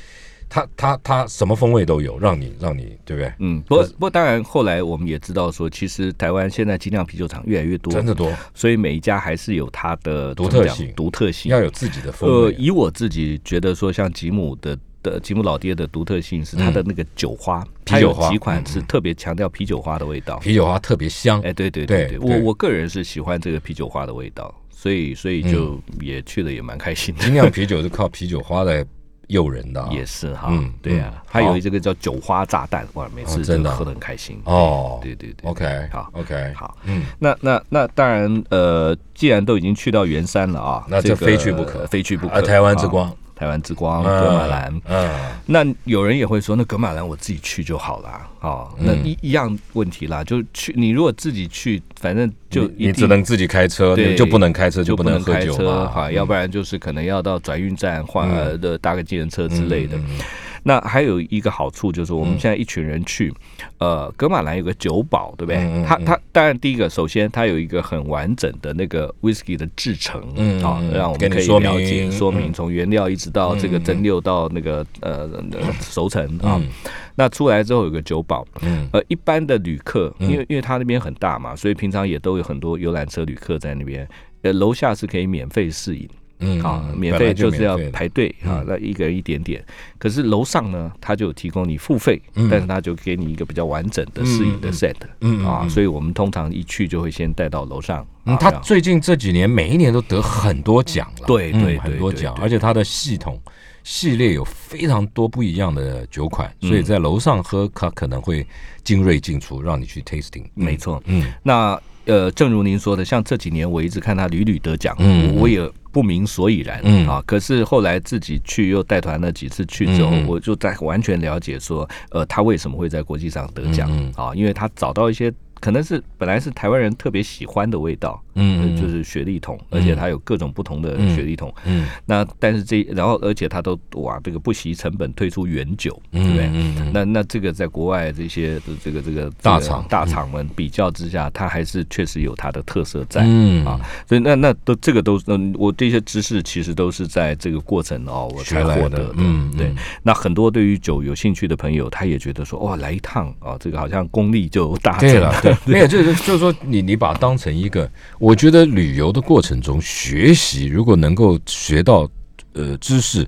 B: 它它它什么风味都有，让你让你对不对？
C: 嗯，不过不过当然，后来我们也知道说，其实台湾现在精酿啤酒厂越来越多，
B: 真的，多，
C: 所以每一家还是有它的
B: 独
C: 怎么
B: 特
C: 讲
B: 性
C: 独特性
B: 要有啊自己的风
C: 呃，
B: 味。
C: 以我自己觉得说，像吉姆的的吉姆老爹的独特性是它的那个酒花，它
B: 嗯啤酒
C: 有
B: 花嗯
C: 几款是特别强调啤酒花的味道。
B: 啊啤酒花特别香
C: 哎，，对对
B: 对
C: 对，
B: 对
C: 我我个人是喜欢这个啤酒花的味道，所以所以
B: 嗯
C: 就也去的也蛮开心的，
B: 精酿啤酒是靠啤酒花来诱人的啊。
C: 也是哈
B: 嗯，
C: 对啊
B: 嗯，
C: 还
B: 好
C: 有这个叫酒花炸弹，哇，每
B: 哦
C: 次
B: 真
C: 真
B: 的
C: 的
B: 啊
C: 喝的很开心。
B: 哦
C: 对对对
B: ，OK，
C: 好
B: ，OK，
C: 好，
B: 嗯，
C: 那那那当然，呃，既然都已经去到圆山了啊，
B: 那这
C: 个
B: 非去不可
C: 非去不
B: 啊，
C: 可。
B: 台湾之
C: 啊，
B: 光，
C: 台湾之光，
B: 嗯
C: 格马兰，
B: 嗯，
C: 那有人也会说，那格马兰我自己去就好啦。哦，那
B: 嗯
C: 一一样问题啦，就去你如果自己去，反正就
B: 你
C: 一
B: 你
C: 定
B: 只能自己开车，
C: 对
B: 你就不能开车，
C: 就
B: 不
C: 不能
B: 喝
C: 开
B: 酒
C: 车
B: 嘛，
C: 哈，要不然就是可能要到转运站换
B: 嗯
C: 呃的搭个计程车之类的
B: 嗯。嗯嗯嗯
C: 那还有一个好处就是，我们现在一群人去，呃，格马兰有个酒保，对不
B: 嗯嗯
C: 对？它
B: 嗯
C: 它当然第一个，首先它有一个很完整的那个 whisky 的制成
B: 嗯
C: 啊
B: 嗯，
C: 让我
B: 给
C: 们
B: 你
C: 可以
B: 说
C: 了解
B: 明
C: 说明
B: 嗯
C: 从原料一直到这个
B: 嗯
C: 蒸馏到那个呃呃熟成啊
B: 嗯。
C: 那出来之后有个酒保，
B: 嗯
C: 呃，一般的旅客，
B: 嗯
C: 因为因为他那边很大嘛，所以平常也都有很多游览车旅客在那边。呃，楼下是可以免费试饮
B: 嗯
C: 啊，
B: 嗯
C: 免
B: 本来
C: 费就是要
B: 免费的
C: 排队啊
B: 嗯，
C: 那一个人一点点。可是楼上呢，他就有提供你付费，
B: 嗯
C: 但是他就给你一个比较完整的试饮
B: 嗯嗯
C: 的
B: 嗯
C: set
B: 嗯
C: 啊，
B: 以
C: 所以我们通常一去就会先带到楼上。啊
B: 嗯他
C: 然后
B: 最近这几年每一年都得很多奖了，
C: 对
B: 嗯
C: 对
B: 很
C: 对
B: 多
C: 对
B: 奖，
C: 对
B: 而且他的系统系列有非常多不一样的酒款，所以
C: 嗯
B: 在楼上喝它可能会精锐进出，让你去 tasting，嗯
C: 没错，
B: 嗯
C: 那呃，正如您说的，像这几年我一直看他屡屡得奖，
B: 嗯
C: 我我也不明所以然、
B: 嗯
C: 啊。可是后来自己去又带团了几次去之后，
B: 嗯嗯
C: 我就在完全了解说，呃，他为什么会在国际上得奖、
B: 嗯
C: 啊？因为他找到一些可能是本来是台湾人特别喜欢的味道，
B: 嗯，
C: 呃就是雪莉桶，而且它有各种不同的雪莉桶。
B: 嗯
C: 那但是这然后而且它都哇，这个不惜成本推出原酒，对不对？
B: 嗯嗯嗯
C: 那那这个在国外这些这个这个
B: 大
C: 这个
B: 厂嗯
C: 大厂们比较之下，它还是确实有它的特色在。
B: 嗯
C: 啊，所以那那都这个都嗯，我这些知识其实都是在这个过程哦，我
B: 学
C: 才
B: 来
C: 获
B: 的
C: 得的。
B: 嗯
C: 对
B: 嗯。
C: 那很多对于酒有兴趣的朋友，他也觉得说，哇，来一趟啊，这个好像功力就大增
B: 对 [LAUGHS] 了，对，没有，就是就是说你，你把它当成一个，我觉得旅游的过程中学习，如果能够学到呃知识，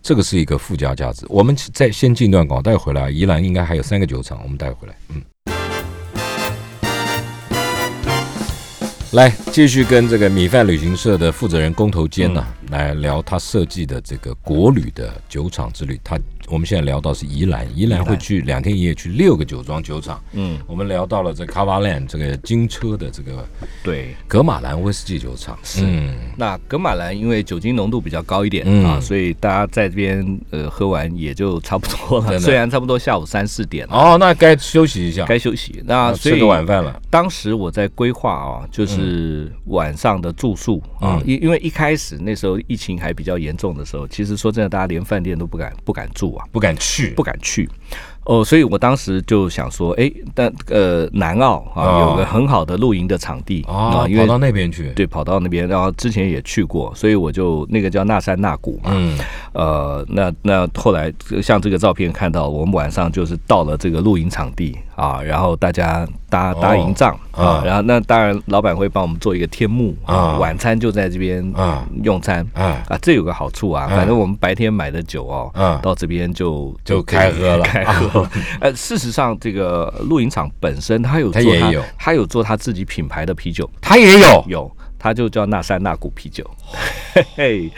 B: 这个是一个附加价值。我们再先进一段广告，带回来，宜兰应该还有三个酒厂，我们带回来，嗯。来，继续跟这个米饭旅行社的负责人工头坚呢、来聊他设计的这个国旅的酒厂之旅。他我们现在聊到是宜兰，宜兰会去两天一夜去六个酒庄酒厂，
C: 嗯，
B: 我们聊到了这 c a v a l a n 这个金车的这个
C: 对。
B: 格马兰威士忌酒厂，嗯
C: 那格马兰因为酒精浓度比较高一点、
B: 嗯
C: 啊，所以大家在这边呃喝完也就差不多
B: 真的
C: 了。虽然差不多下午三四点了，
B: 哦，那该休息一下，
C: 该休息。那
B: 啊
C: 所以
B: 吃个晚饭了。
C: 当时我在规划啊，就是晚上的住宿啊
B: 嗯，
C: 因、因为一开始那时候疫情还比较严重的时候，其实说真的，大家连饭店都不敢不敢住啊，
B: 不敢去，
C: 不敢去。哦，所以我当时就想说，哎，但呃，南澳啊、
B: 哦
C: 有个很好的露营的场地啊、
B: 哦，
C: 因
B: 跑
C: 为
B: 到那边去，，
C: 对跑到那边，然后之前也去过，所以我就那个叫那山那谷嘛，
B: 嗯，
C: 呃，那那后来呃像这个照片看到，我们晚上就是到了这个露营场地啊，然后大家搭
B: 哦
C: 搭营帐、
B: 啊
C: 啊，然后那当然老板会帮我们做一个天幕
B: 啊
C: 晚餐就在这边
B: 啊
C: 用餐
B: 哎，
C: 啊，这有个好处啊，
B: 嗯
C: 反正我们白天买的酒哦，
B: 嗯
C: 到这边就
B: 就
C: 可以
B: 开喝了啊
C: [LAUGHS] 开喝了。呃，事实上，这个露营场本身它有
B: 它
C: 做
B: 也
C: 它
B: 有
C: 它有做它自己品牌的啤酒，
B: 他也有，
C: 有。它就叫那山那谷啤酒。
B: 哦
C: 嘿嘿，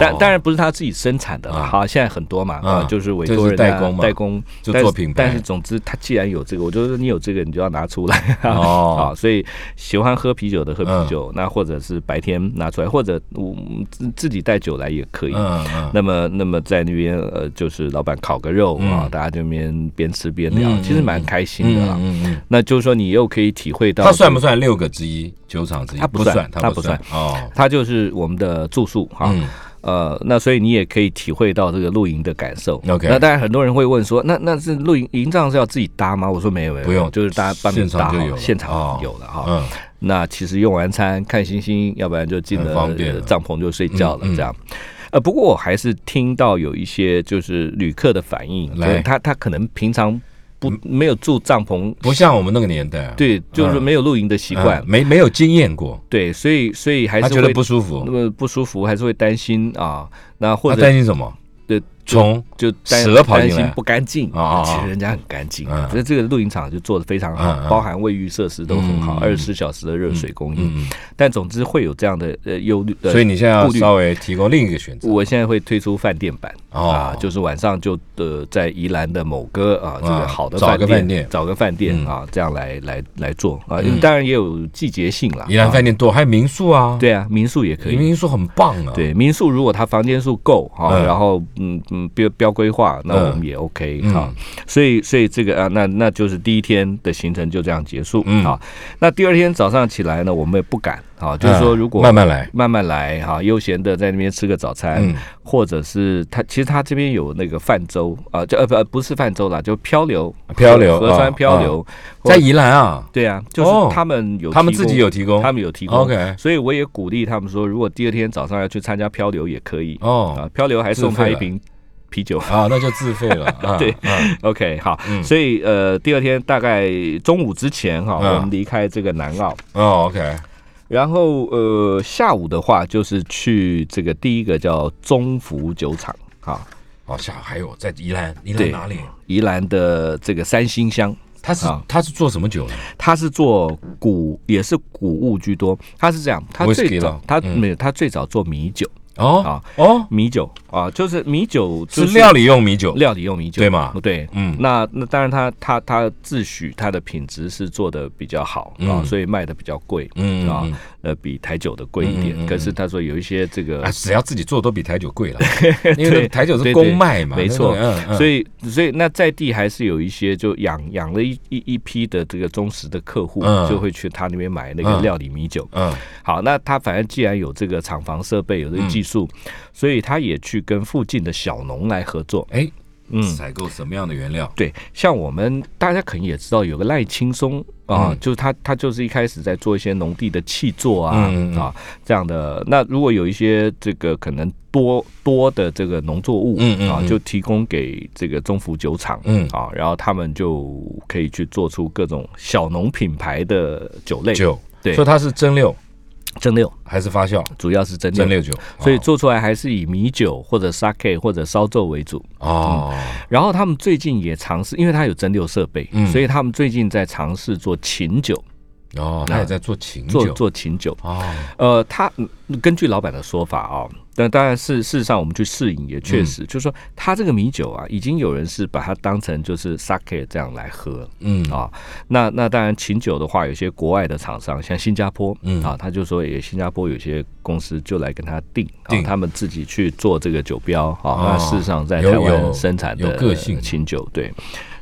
C: 但当然不是他自己生产的啦，哈，现在很多嘛，啊，就是委托人
B: 这是代工嘛
C: 代工
B: 就
C: 但
B: 做
C: 是
B: 品牌
C: 但是总之，他既然有这个，我就说你有这个，你就要拿出来啊。 [LAUGHS]
B: 哦嗯
C: 啊，所以喜欢喝啤酒的喝啤酒，那或者是白天拿出来，或者我自自己带酒来也可以。
B: 嗯嗯，
C: 那么，那么在那边呃，就是老板烤个肉啊，大家这边边吃边聊，其实蛮开心的啦。
B: 嗯嗯，
C: 那就是说，你又可以体会到
B: 它算不算六个之一酒厂之一？
C: 它不
B: 不
C: 算
B: 它
C: 它
B: 不
C: 不
B: 算哦。
C: 它就是我们的住宿哈。
B: 嗯
C: 呃，那所以你也可以体会到这个露营的感受。
B: OK
C: 那当然很多人会问说，那那是露营营帐是要自己搭吗？我说没有没有，
B: 不用
C: 就是大家帮你
B: 现场
C: 搭
B: 就
C: 好
B: 有了
C: 了，现场
B: 哦
C: 有了哈。
B: 嗯，
C: 那其实用完餐看星星，要不然就进
B: 很
C: 了
B: 方便
C: 呃
B: 了
C: 帐篷就睡觉了
B: 嗯嗯
C: 这样。呃，不过我还是听到有一些就是旅客的反应，
B: 来
C: 就是他他可能平常不没有住帐篷，
B: 不像我们那个年代啊，
C: 对，就是
B: 嗯
C: 没有露营的习惯
B: 嗯，没没有经验过，
C: 对，所以所以还
B: 他
C: 是
B: 觉得
C: 会
B: 不舒服
C: 那，么不舒服，还是会担心啊。那或
B: 他
C: 者
B: 担心什么？
C: 对
B: 虫
C: 就担
B: 蛇跑进
C: 担
B: 来
C: 心不干净
B: 啊啊啊
C: 其实人家很干净，
B: 嗯
C: 所以这个露营场就做的非常好
B: 嗯嗯，
C: 包含卫浴设施都很好，
B: 嗯
C: 二十四小时的热水供应。
B: 嗯，
C: 但总之会有这样的呃忧虑，呃
B: 所以你现在要
C: 顾虑
B: 稍微提供另一个选择
C: 我现在会推出饭店版
B: 哦
C: 啊，就是晚上就呃在宜兰的某个啊这
B: 啊
C: 个好的
B: 找个饭
C: 饭
B: 店
C: 找个饭店
B: 嗯
C: 啊这样来来来做啊，因为当然也有季节性啦。
B: 宜兰饭店多，还有民宿啊，
C: 啊，对啊，民宿也可以。
B: 民宿很棒啊，，
C: 对民宿，如果他房间数够哈，
B: 嗯
C: 然后嗯嗯标标规划，那
B: 嗯
C: 我们也 OK
B: 嗯
C: 哈、所以所以这个啊，那那就是第一天的行程就这样结束、
B: 嗯
C: 啊。那第二天早上起来呢，我们也不赶啊，就是说如果、
B: 慢慢来，
C: 慢慢来哈，悠闲的在那边吃个早餐，
B: 嗯
C: 或者是他其实他这边有那个泛舟啊，这呃不呃不是泛舟啦，就漂流
B: 漂流
C: 河
B: 啊
C: 川漂流，或
B: 在宜兰啊，
C: 对啊，就
B: 哦
C: 是他们有
B: 他们
C: 提
B: 自己
C: 供
B: 有提供，
C: 他们有提供
B: OK
C: 所以我也鼓励他们说，如果第二天早上要去参加漂流也可以啊
B: 哦，
C: 漂流还送
B: 自费
C: 他一
B: 了
C: 瓶
B: [LAUGHS]
C: 啤酒。 [LAUGHS]
B: 啊，那就自费了，啊
C: 对
B: 啊
C: OK，好，
B: 嗯
C: 所以呃，第二天大概中午之前哈，
B: 嗯
C: 我们离开这个南澳，
B: 哦，OK，
C: 然后呃，下午的话就是去这个第一个叫中福酒厂啊，
B: 哦，下还有在宜兰，宜兰
C: 对
B: 哪里？
C: 宜兰的这个三星乡，
B: 他是
C: 啊
B: 他是做什么酒的？
C: 它是做谷也是谷物居多，它是这样，它最
B: Whisky
C: 早
B: 咯
C: 它
B: 嗯
C: 没有它最早做米酒，
B: 哦
C: 啊
B: 哦，
C: 米酒啊，就是米酒
B: 是
C: 就是
B: 料理用米酒，
C: 料理用米酒，
B: 对嘛
C: 对，
B: 嗯
C: 那那当然它，它它自诩它的品质是做的比较好
B: 嗯
C: 啊，所以卖的比较贵
B: 嗯
C: 啊
B: 嗯，
C: 呃，比台酒的贵一
B: 嗯嗯嗯
C: 点。可是他说有一些这个
B: 啊，，只要自己做都比台酒
C: [LAUGHS]
B: 贵了，因为那个
C: 对
B: 台酒是
C: 对
B: 公卖嘛，
C: 对没
B: 那种
C: 错
B: 嗯嗯，
C: 所
B: 以
C: 以所以那在地还是有一些就养养了一一一批的这个忠实的客户
B: 嗯，
C: 就会去他那边买那
B: 嗯
C: 个料理米酒。
B: 嗯
C: 好，那他反正既然有这个厂房设备，有这个技术，所以他也去跟附近的小农来合作。
B: 哎，
C: 嗯，
B: 采购什么样的原料？
C: 对，像我们大家可能也知道，有个赖青松啊，
B: 嗯
C: 就是他他就是一开始在做一些农地的气作啊、
B: 嗯嗯嗯
C: 啊这样的。那如果有一些这个可能多多的这个农作物
B: 嗯嗯
C: 啊
B: 嗯，
C: 就提供给这个中福酒厂。
B: 嗯，
C: 啊，然后他们就可以去做出各种小农品牌的酒类，
B: 酒，
C: 对
B: 所以它是蒸馏
C: 蒸馏
B: 还是发酵？
C: 主要是蒸
B: 蒸
C: 馏，
B: 馏酒，
C: 所以
B: 哦
C: 做出来还是以米酒或者 sake 或者烧酒为主。
B: 哦，
C: 然后他们最近也尝试，因为它有蒸馏设备，
B: 嗯
C: 所以他们最近在尝试做琴酒，
B: 哦，他也在做琴
C: 做
B: 酒，
C: 做琴酒。
B: 哦，
C: 呃，他嗯根据老板的说法啊、但当然事事实上我们去试饮也确
B: 嗯
C: 实，就是说他这个米酒啊，已经有人是把它当成就是 sake 这样来喝
B: 嗯，
C: 啊。那那当然琴酒的话，有些国外的厂商像新加坡，
B: 嗯
C: 啊，他就说也新加坡有些公司就来跟他定，啊
B: 定，
C: 他们自己去做这个酒标啊。
B: 哦
C: 那事实上在
B: 有
C: 台湾
B: 有
C: 生产
B: 有
C: 的呃
B: 个性
C: 琴酒，对。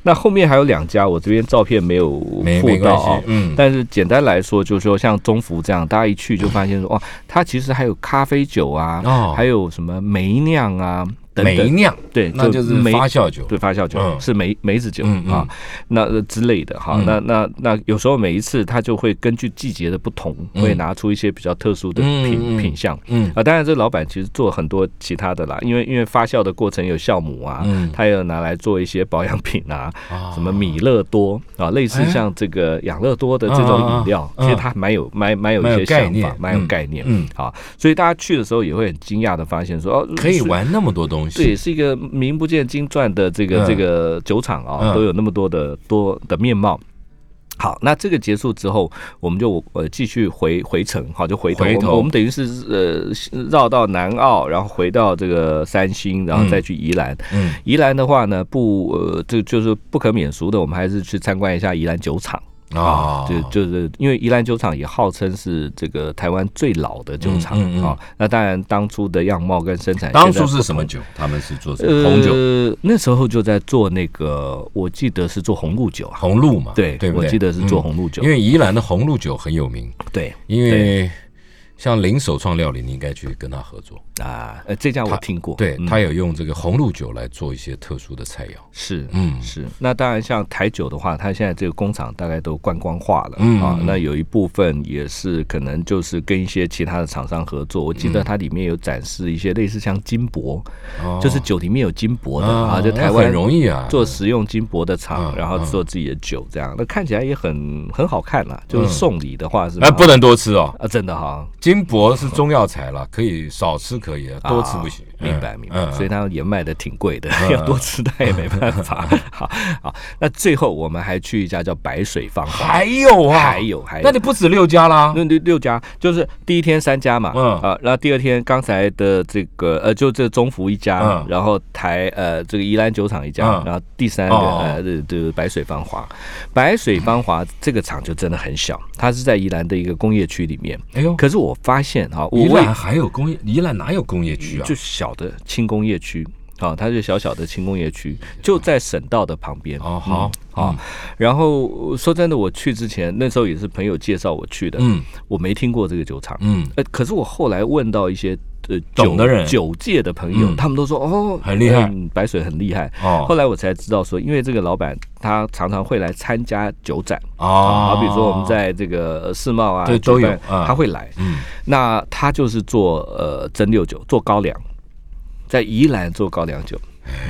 C: 那后面还有两家，我这边照片没有
B: 没
C: 附
B: 没
C: 到
B: 关
C: 啊
B: 系，。嗯，
C: 但是简单来说，就是说像中福这样，大家一去就发现说，哇，它其实还有咖啡酒啊，
B: 哦
C: 还有什么梅酿啊等
B: 梅
C: 等，
B: 酿，
C: 对，
B: 那就是
C: 梅
B: 发酵酒，
C: 对发酵酒、
B: 嗯
C: 是梅梅子酒、
B: 嗯嗯
C: 啊，那呃之类的哈、
B: 嗯
C: 那那那有时候每一次它就会根据季节的不同，
B: 嗯
C: 会拿出一些比较特殊的
B: 嗯嗯
C: 品、
B: 嗯
C: 品相。
B: 嗯
C: 啊，当然，这老板其实做很多其他的啦，因为因为发酵的过程有酵母啊，
B: 嗯
C: 他也有拿来做一些保养品啊，
B: 啊
C: 什么米乐多啊，类似
B: 哎
C: 像这个养乐多的这种饮料，
B: 嗯嗯嗯
C: 其实它蛮有蛮蛮有
B: 蛮有
C: 一些
B: 概
C: 想
B: 念
C: 法，蛮有
B: 嗯
C: 概念。
B: 嗯
C: 好，所以大家去的时候也会很惊讶的发现说，哦，
B: 可以
C: 是。
B: 玩那么多东
C: 对，
B: 西，
C: 是一个名不见经传的这个、
B: 嗯
C: 这个酒厂啊、
B: 嗯
C: 都有那么多的多的面貌。好，那这个结束之后，我们就呃继续回回程，好，就回头，
B: 回
C: 我们
B: 头
C: 我们等于是呃绕到南澳，然后回到这个三星，然后再去宜兰。
B: 嗯，
C: 宜兰的话呢，不呃，这就是不可免俗的，我们还是去参观一下宜兰酒厂。
B: 啊，
C: 就就是因为宜兰酒厂也号称是这个台湾最老的酒厂啊、
B: 嗯嗯嗯
C: 那当然当初的样貌跟生产，
B: 当初是什么？酒？他们是做什么红酒，
C: 呃，那时候就在做那个，我记得是做红露酒啊。
B: 红露嘛，
C: 对，
B: 对不对？
C: 我记得是做
B: 嗯
C: 红露酒，
B: 因为宜兰的红露酒很有名，
C: 对
B: 因为像林首创料理，你应该去跟他合作。
C: 啊，呃，这家我听过，
B: 对
C: 嗯
B: 他有用这个红露酒来做一些特殊的菜肴。
C: 是，
B: 嗯
C: 是。那当然，像台酒的话，它现在这个工厂大概都观光化了、
B: 嗯
C: 啊
B: 嗯。
C: 那有一部分也是可能就是跟一些其他的厂商合作。我记得它里面有展示一些类似像金箔，
B: 嗯哦
C: 就是酒里面有金箔的
B: 啊
C: 啊，就
B: 那
C: 台湾
B: 很容易啊
C: 做食用金箔的厂
B: 嗯，
C: 然后做自己的酒这样，那看起来也很很好看啦。就是送礼的话是
B: 嗯哎，
C: 蛮
B: 不能多吃哦，
C: 啊，真的哈，
B: 金箔是中药材了，可以少吃可以，多吃不行。
C: 啊明白
B: 嗯
C: 明
B: 嗯
C: 白，所以他也卖的挺贵的，要多吃他也没办法。 [LAUGHS] 好，好，那最后我们还去一家叫白水芳华，
B: 还有啊，
C: 还有还有
B: 那你不止六家啦。
C: 那六六家就是第一天三家嘛，
B: 嗯
C: 啊，那第二天刚才的这个呃，就这中福一家，
B: 嗯
C: 然后台呃这个宜兰酒厂一家，
B: 嗯
C: 然后第三个、
B: 哦
C: 呃这这白水芳华，白水芳华这个厂就真的很小，它是在宜兰的一个工业区里面，
B: 哎呦，
C: 可是我发现哈，我
B: 宜
C: 我也
B: 兰还有工业，宜兰哪有工业区啊
C: 就？小的轻工业区。啊，它是小小的轻工业区，就在省道的旁边。
B: 啊哦好
C: 嗯啊，然后呃说真的，我去之前那时候也是朋友介绍我去的，
B: 嗯
C: 我没听过这个酒厂。
B: 嗯，
C: 呃，可是我后来问到一些呃
B: 懂
C: 酒
B: 的人
C: 酒界的朋友，
B: 嗯
C: 他们都说哦，
B: 很厉害
C: 嗯白水很厉害。
B: 哦
C: 后来我才知道说，因为这个老板他常常会来参加酒展
B: 哦，
C: 啊好比说我们在这个呃世贸啊，
B: 对
C: 举
B: 都
C: 办
B: 有啊
C: 他会来。
B: 嗯，
C: 那他就是做呃蒸馏酒，做高粱，在宜兰做高粱酒，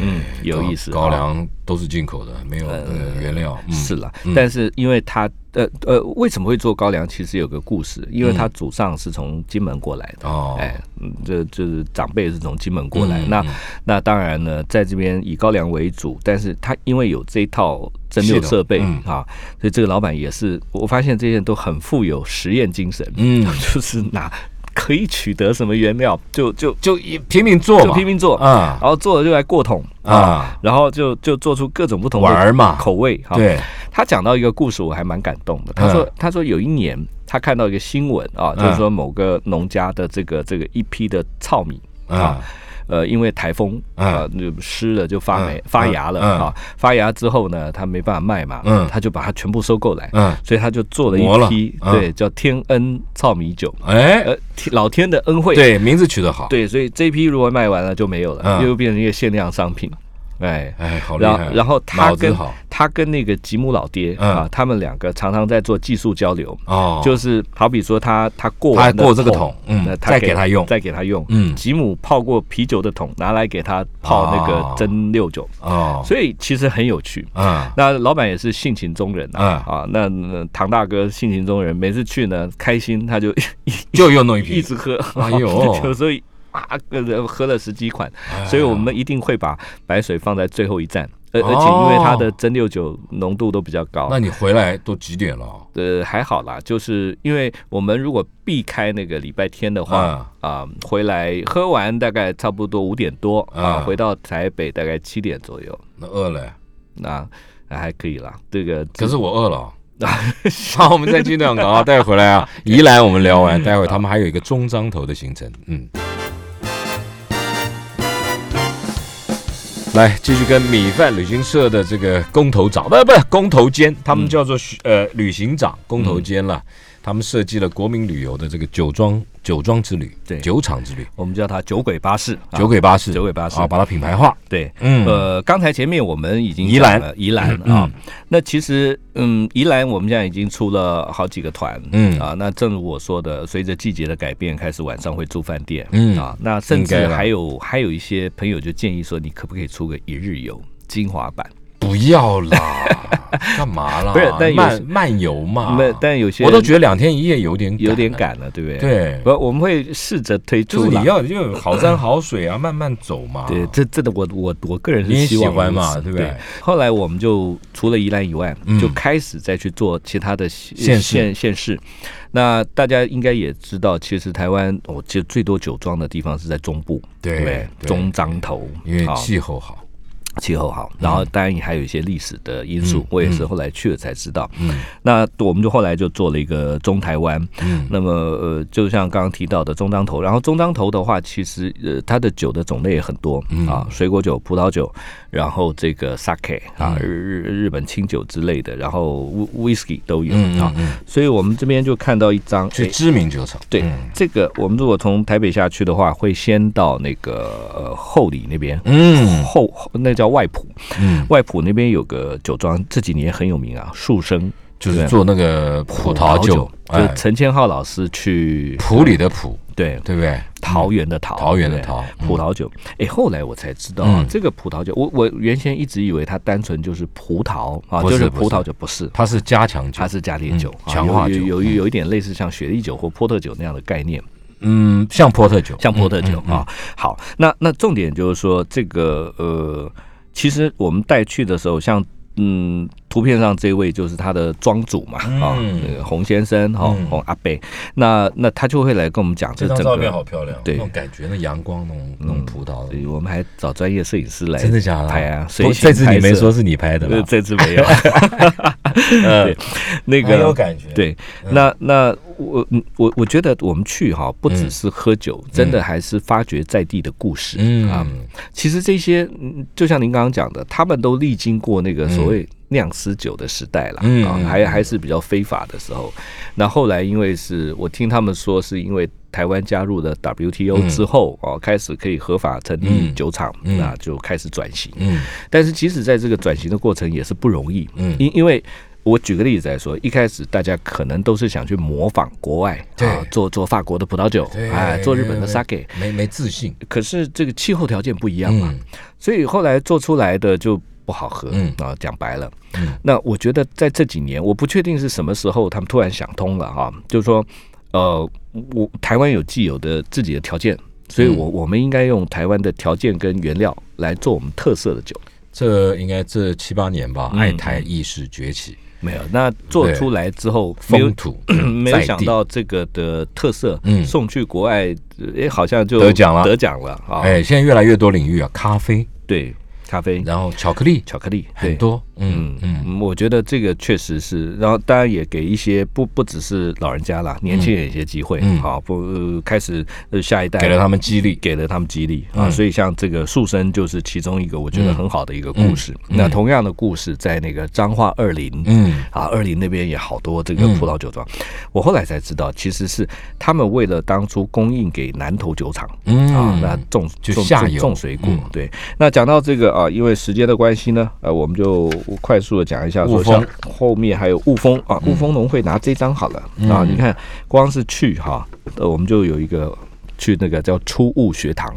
C: 嗯，有意思，
B: 哎哦高
C: 啊
B: 粱都是进口的，没有呃原料。嗯
C: 是啦，但是因为他呃呃，为什么会做高粱？其实有个故事，因为他
B: 嗯
C: 祖上是从金门过来的。
B: 哦，
C: 哎，嗯这就是长辈是从金门过来，
B: 嗯
C: 那那当然呢，在这边以高粱为主，但是他因为有这一套蒸馏设备
B: 系统嗯
C: 啊，所以这个老板也是，我发现这些人都很富有实验精神，
B: 嗯，
C: [LAUGHS] 就是拿可以取得什么原料就就
B: 就一拼命做
C: 就
B: 嘛，
C: 拼命做，
B: 啊
C: 然后做了就来过桶
B: 啊，
C: 然后就就做出各种不同的
B: 玩儿嘛
C: 口味。哈
B: 对，
C: 他讲到一个故事，我还蛮感动的。他说
B: 嗯，
C: 他说有一年他看到一个新闻啊，就是
B: 嗯
C: 说某个农家的这个这个一批的糙米
B: 啊
C: 啊，呃，因为台风啊，就湿了就发霉
B: 嗯
C: 发芽了
B: 嗯嗯
C: 啊，发芽之后呢，他没办法卖嘛
B: 嗯，
C: 他就把它全部收购来，
B: 嗯，
C: 所以他就做了
B: 磨了
C: 一批
B: 嗯
C: 对叫天恩糙米酒，
B: 哎，
C: 呃，天老天的恩惠，
B: 对，名字取得好，，
C: 对，所以这一批如果卖完了就没有了，
B: 嗯
C: 又变成一个限量商品，哎。
B: 哎，好厉
C: 然
B: 害
C: 后，，然后他
B: 脑子
C: 跟
B: 好
C: 他跟那个吉姆老爹、
B: 嗯
C: 啊，他们两个常常在做技术交流，
B: 哦，
C: 就是好比说他他过
B: 他
C: 完的
B: 过这个桶，
C: 那
B: 嗯，再给他用，
C: 再给他用。
B: 嗯
C: 吉姆泡过啤酒的桶拿来给他泡那
B: 哦
C: 个蒸馏酒，
B: 哦，
C: 所以其实很有趣。
B: 啊，
C: 那老板也是性情中人啊、
B: 嗯
C: 啊，那那唐大哥性情中人，每次去呢开心他就 [LAUGHS] 一
B: 就又弄一
C: 一
B: 瓶，
C: 直喝，
B: 哎
C: [LAUGHS]
B: 呦
C: 有时候啊呃喝了十几款，所以我
B: 嗯
C: 们一定会把白水放在最后一站，而而且因为它的蒸馏酒浓度都比较高
B: 哦哎那，你回来都几点了？
C: 呃还好啦，就是因为我们如果避开那个礼拜天的
B: 嗯
C: 话啊，回来喝完大概差不多五点多啊，
B: 嗯
C: 回到台北大概七点左右，
B: 那饿了，
C: 那那还可以啦，这个
B: 可是我饿
C: [LAUGHS]
B: 了。好，我们再去两个啊，待会回来啊。宜兰我们聊
C: [LAUGHS] 嗯
B: 完，待会他们还有一个中彰头的行程，嗯。来，继续跟米饭旅行社的这个工头长，不不，工头监，他们
C: 嗯
B: 叫做、呃旅行长、工头监了。他们设计了国民旅游的这个酒庄酒庄之旅，
C: 对
B: 酒厂之旅，
C: 我们叫它酒鬼巴士，啊
B: 酒鬼巴士，
C: 酒鬼巴士
B: 啊，把它品牌化。
C: 对，
B: 嗯
C: 呃，刚才前面我们已经
B: 宜
C: 讲
B: 兰嗯
C: 了宜兰啊，那其实嗯，宜兰我们现在已经出了好几个团，
B: 嗯
C: 啊，那正如我说的，随着季节的改变，开始晚上会住饭店，
B: 嗯
C: 啊，那甚
B: 应该
C: 至
B: 啦
C: 还有还有一些朋友就建议说，你可不可以出个一日游精华版？
B: 不要啦， [LAUGHS] 干嘛啦？
C: [LAUGHS] 不是但有
B: 漫漫游嘛，
C: 那但有些
B: 啊我都觉得两天一夜有点
C: 有点
B: 了，
C: 赶了，对不对？，
B: 对
C: 不，，我们会试着推
B: 就
C: 出
B: 是
C: 啦
B: 你要就好山好水啊，慢慢走嘛，
C: 对，这这的我我我个人
B: 你也
C: 是希望
B: 喜欢嘛
C: 如此
B: 对不对嗯
C: 对？后来我们就除了宜兰以外，就开始再去做其他的
B: 县市
C: 县县市。那大家应该也知道，其实台湾我记得最多酒庄的地方是在中部，
B: 对
C: 不对
B: 对
C: 中彰头，
B: 因为
C: 好
B: 气候好，
C: 气候好，然后当然也还有一些历史的因素，
B: 嗯
C: 我也是后来去了才知道。嗯，那我们就后来就做了一个中台湾。
B: 嗯，
C: 那么呃，就像刚刚提到的中张头，然后中张头的话，其实呃，它的酒的种类也很多
B: 嗯
C: 啊，水果酒、葡萄酒，然后这个 sake 啊，
B: 嗯
C: 日日日本清酒之类的，然后 whi- whisky 都有
B: 嗯
C: 啊
B: 嗯。嗯，
C: 所以我们这边就看到一张，
B: 去嗯
C: 诶
B: 知名酒厂，
C: 对这个，我们如果从台北下去的话，会先到那个呃后里那边。
B: 嗯
C: 后后那叫外埔，
B: 嗯，
C: 外埔那边有个酒庄，这几年也很有名啊，树生
B: 就是做那个葡萄酒，
C: 就
B: 哎
C: 是，陈千浩老师去嗯
B: 普里的普，
C: 对
B: 对不对？
C: 桃园的桃，
B: 桃园的
C: 对
B: 桃嗯
C: 葡萄酒。哎，后来我才知道啊
B: 嗯，
C: 这个葡萄酒，我我原先一直以为它单纯就是葡萄啊，
B: 不
C: 就是是
B: 不
C: 葡
B: 是
C: 萄酒，不是。
B: 它是加强酒
C: 它，是加烈酒
B: 嗯
C: 啊，
B: 强
C: 有
B: 化
C: 有
B: 酒
C: 有有一点类似像雪莉酒或波特酒那样的概念，
B: 嗯，像波特酒，
C: 像波特酒
B: 嗯
C: 啊。好，那那重点就是说，这个呃，其实我们带去的时候，像嗯，图片上这位就是他的庄主嘛，啊，
B: 嗯
C: 那个洪先生哈，
B: 嗯
C: 洪阿贝，那那他就会来跟我们讲
B: 这
C: 这整
B: 张
C: 个。
B: 照片好漂亮，
C: 对嗯
B: 那种感觉，那阳光，那种那种葡萄
C: 所以
B: 的，
C: 我们还找专业摄影师来，
B: 真的假的？
C: 拍啊，
B: 不
C: 随行
B: 这次你
C: 拍
B: 没
C: 摄
B: 说，是你拍的
C: 呃
B: 吧？
C: 这次
B: [LAUGHS]
C: 没有。 [LAUGHS] 对，那
B: 很有
C: 呃个
B: 感觉，，嗯
C: 对，那那我嗯我我觉得我们去哈，不
B: 嗯
C: 只是喝酒，真的还是发掘在地的故事啊。
B: 嗯，
C: 其实这些，嗯就像您刚刚讲的，他们都历经过那个所谓酿私酒的时代啦，
B: 嗯
C: 啊
B: 嗯，
C: 还还是比较非法的时候。那后来因为是我听他们说，是因为台湾加入了 WTO 之后，哦，开始可以合法成立
B: 嗯
C: 酒厂，
B: 嗯
C: 那就开始转型。
B: 嗯
C: 但是即使在这个转型的过程也是不容易，
B: 嗯
C: 因因为。我举个例子来说，一开始大家可能都是想去模仿国外，
B: 对
C: 啊，做做法国的葡萄酒，
B: 对
C: 啊，做日本的
B: 没
C: sake，
B: 没没自信，
C: 可是这个气候条件不一样嘛，
B: 嗯
C: 所以后来做出来的就不好喝。
B: 嗯
C: 啊，讲白了，
B: 嗯
C: 那我觉得在这几年，我不确定是什么时候他们突然想通了哈、就是说，呃，我台湾有既有的自己的条件，所以
B: 嗯
C: 我、我们应该用台湾的条件跟原料来做我们特色的酒。
B: 这应该这七八年吧，
C: 嗯
B: 爱台意识崛起，
C: 没有，那做出来之后，没有
B: 风土
C: [COUGHS]
B: 嗯
C: 没有
B: 在
C: 想
B: 地，
C: 到这个的特色，
B: 嗯
C: 送去国外，哎、好像就
B: 得奖了
C: 得奖了啊！
B: 哎，现在越来越多领域啊，咖啡，
C: 对，咖啡、
B: 然后巧克力
C: 巧克力，嗯对
B: 很多，嗯
C: 嗯
B: 嗯，
C: 嗯，我觉得这个确实是，然后当然也给一些不不只是老人家啦，年轻人一些机会，
B: 嗯
C: 好不、呃开始呃下一代
B: 给了他们激励，嗯
C: 给了他们激励啊，所以像这个树生就是其中一个我觉得很好的一个故事。
B: 嗯嗯
C: 那同样的故事在那个彰化二林，
B: 嗯
C: 啊，二林那边也好多这个葡萄酒庄，我后来才知道其实是他们为了当初供应给南投酒厂，啊，
B: 嗯，
C: 那种
B: 就
C: 种
B: 下
C: 种
B: 游
C: 种水果
B: 嗯。
C: 对，那讲到这个啊，因为时间的关系呢，呃，我们就快速的讲一下
B: 雾
C: 说，
B: 峰嗯
C: 像后面还有雾峰啊，雾峰农会拿这张好了啊，你看光是去哈，呃，我们就有一个。去那个叫初雾学堂，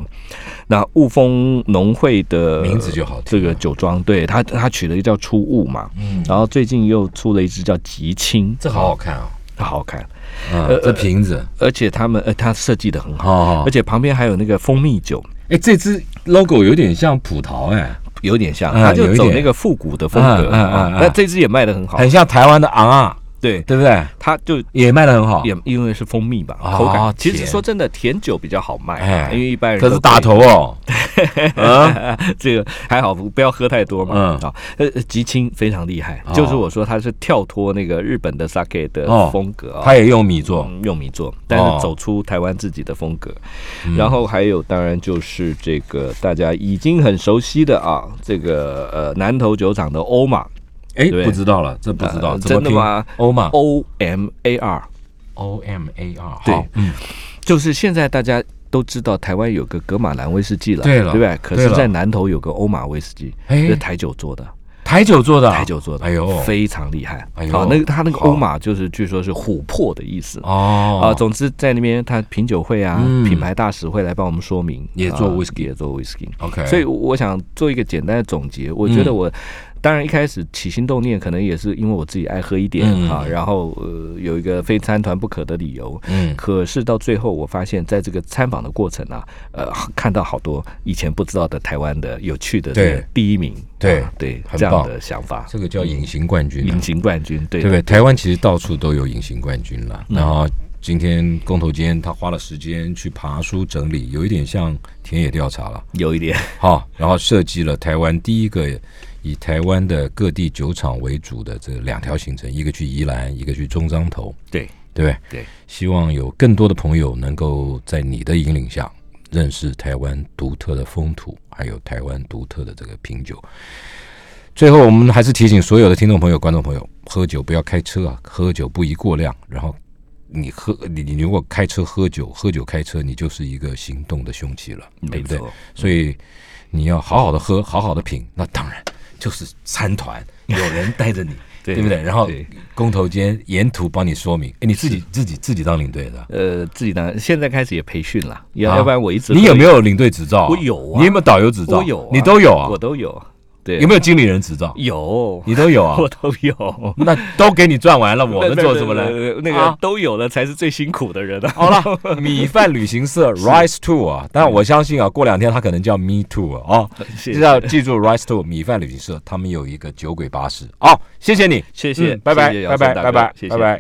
C: 那雾峰农会的
B: 名字就好听
C: 这个酒庄，对它它取了一个叫初雾嘛，嗯，然后最近又出了一支叫吉青，
B: 这好好看啊，
C: 好哦好看，
B: 嗯，这瓶子，
C: 而且他们呃呃它设计的很好，
B: 哦
C: 而，且旁边还有那个蜂蜜酒，
B: 哎，这只 logo 有点像葡萄，哎，
C: 有点像，
B: 嗯
C: 他就
B: 有一
C: 走
B: 点
C: 那个复古的风
B: 嗯
C: 格
B: 嗯嗯
C: 啊
B: 嗯。
C: 那这支也卖的很好，
B: 很像台湾的昂啊，
C: 对，
B: 对不对？
C: 它就
B: 也卖的很好，
C: 也因为是蜂蜜吧，
B: 啊哦
C: 口感其实
B: 甜
C: 说真的，甜酒比较好卖啊
B: 哎，
C: 因为一般人
B: 可
C: 都
B: 是打
C: 以
B: 头哦，
C: [LAUGHS] 这个还好，不要喝太多嘛。
B: 嗯
C: 啊，呃，呃吉青非常厉害
B: 哦，
C: 就是我说它是跳脱那个日本的 sake 的
B: 哦
C: 风格啊
B: 他。也用米做，
C: 嗯用米做，但
B: 哦嗯
C: 是走出台湾自己的风格，然后还有当然就是这个大家已经很熟悉的啊，这个呃南头酒厂的欧玛
B: 哎，
C: 对
B: 不知道了，这不知道
C: 呃
B: 怎么
C: 真的
B: 拼
C: 吗
B: 欧嘛
C: O M A R，
B: O M A R，
C: 对
B: 好，嗯，
C: 就是现在大家都知道台湾有个格马兰威士忌了，
B: 对了
C: 对不对？可
B: 对
C: 是，
B: 了
C: 在南投有个欧马威士忌，
B: 哎
C: 是台酒做的，
B: 台酒做的啊，
C: 台酒做的，
B: 哎呦，
C: 非常厉害。
B: 哎呦
C: 好那个他那个
B: 好
C: 欧马就是据说是琥珀的意思。
B: 哦
C: 啊，总之在那边，他品酒会啊，
B: 嗯
C: 品牌大使会来帮我们说明，
B: 也做
C: 啊
B: whisky 哎
C: 也做 whisky。
B: OK，嗯
C: 所以我想做一个简单的总结，我觉得我当然一开始起心动念，可能也是因为我自己爱喝一点、
B: 嗯
C: 啊，然后呃有一个非参团不可的理由。
B: 嗯
C: 可是到最后，我发现在这个参访的过程啊，呃，看到好多以前不知道的台湾的有趣的这
B: 对
C: 个第一名，
B: 对
C: 啊对
B: 很
C: 这样
B: 棒
C: 的想法，
B: 这个叫隐形冠军、啊
C: 隐，形冠军，对嗯
B: 对不对？台湾其实到处都有隐形冠军啦。然后今天公投间他花了时间去爬书整理，有一点像田野调查了，
C: 有一点，
B: 好，然后设计了台湾第一个以台湾的各地酒厂为主的这两条行程，一个去宜兰，一个去中彰投，
C: 对
B: 对不对？
C: 对，
B: 希望有更多的朋友能够在你的引领下，认识台湾独特的风土，还有台湾独特的这个品酒。最后，我们还是提醒所有的听众朋友、观众朋友，喝酒不要开车啊，喝酒不宜过量。然后你喝，你你如果开车喝酒，喝酒开车，你就是一个行动的凶器了，对
C: 没
B: 不对？
C: 错，
B: 所以你要好好的喝，好好的品，那当然就是参
C: [LAUGHS]
B: 团，有人带着你，对
C: 对
B: 不对？然后
C: 对
B: 工头间沿途帮你说明，哎，你自己自己自己当领队的，
C: [LAUGHS] 呃，自己呢现在开始也培训了，
B: 啊
C: 要要不然我一直
B: 你有没
C: 有
B: 有领队执照啊？
C: 我有啊
B: 你有没有导游执照？
C: 我有啊
B: 你都有啊
C: 我？都有，对，
B: 有没有经理人执照？
C: 有
B: 你都有啊？
C: 我都有。
B: 那都给你赚
C: [LAUGHS]
B: 完了， [LAUGHS] 我们做什么
C: 不
B: 呢？
C: 是不是不是那
B: 啊
C: 个都有了才是最辛苦的人啊！
B: 好了，米饭旅行社 Rise Two 啊，但我相信啊，过两天他可能叫 Me Too 啊，哦
C: [LAUGHS] [LAUGHS] 谢
B: 就要记住 Rise Two 米饭旅行社，他们有一个酒鬼巴士。好，谢谢你，
C: 谢谢
B: 嗯拜拜，
C: 谢谢
B: 拜拜，
C: 姚森大
B: 拜
C: 哥
B: 拜，
C: 谢谢
B: 拜拜。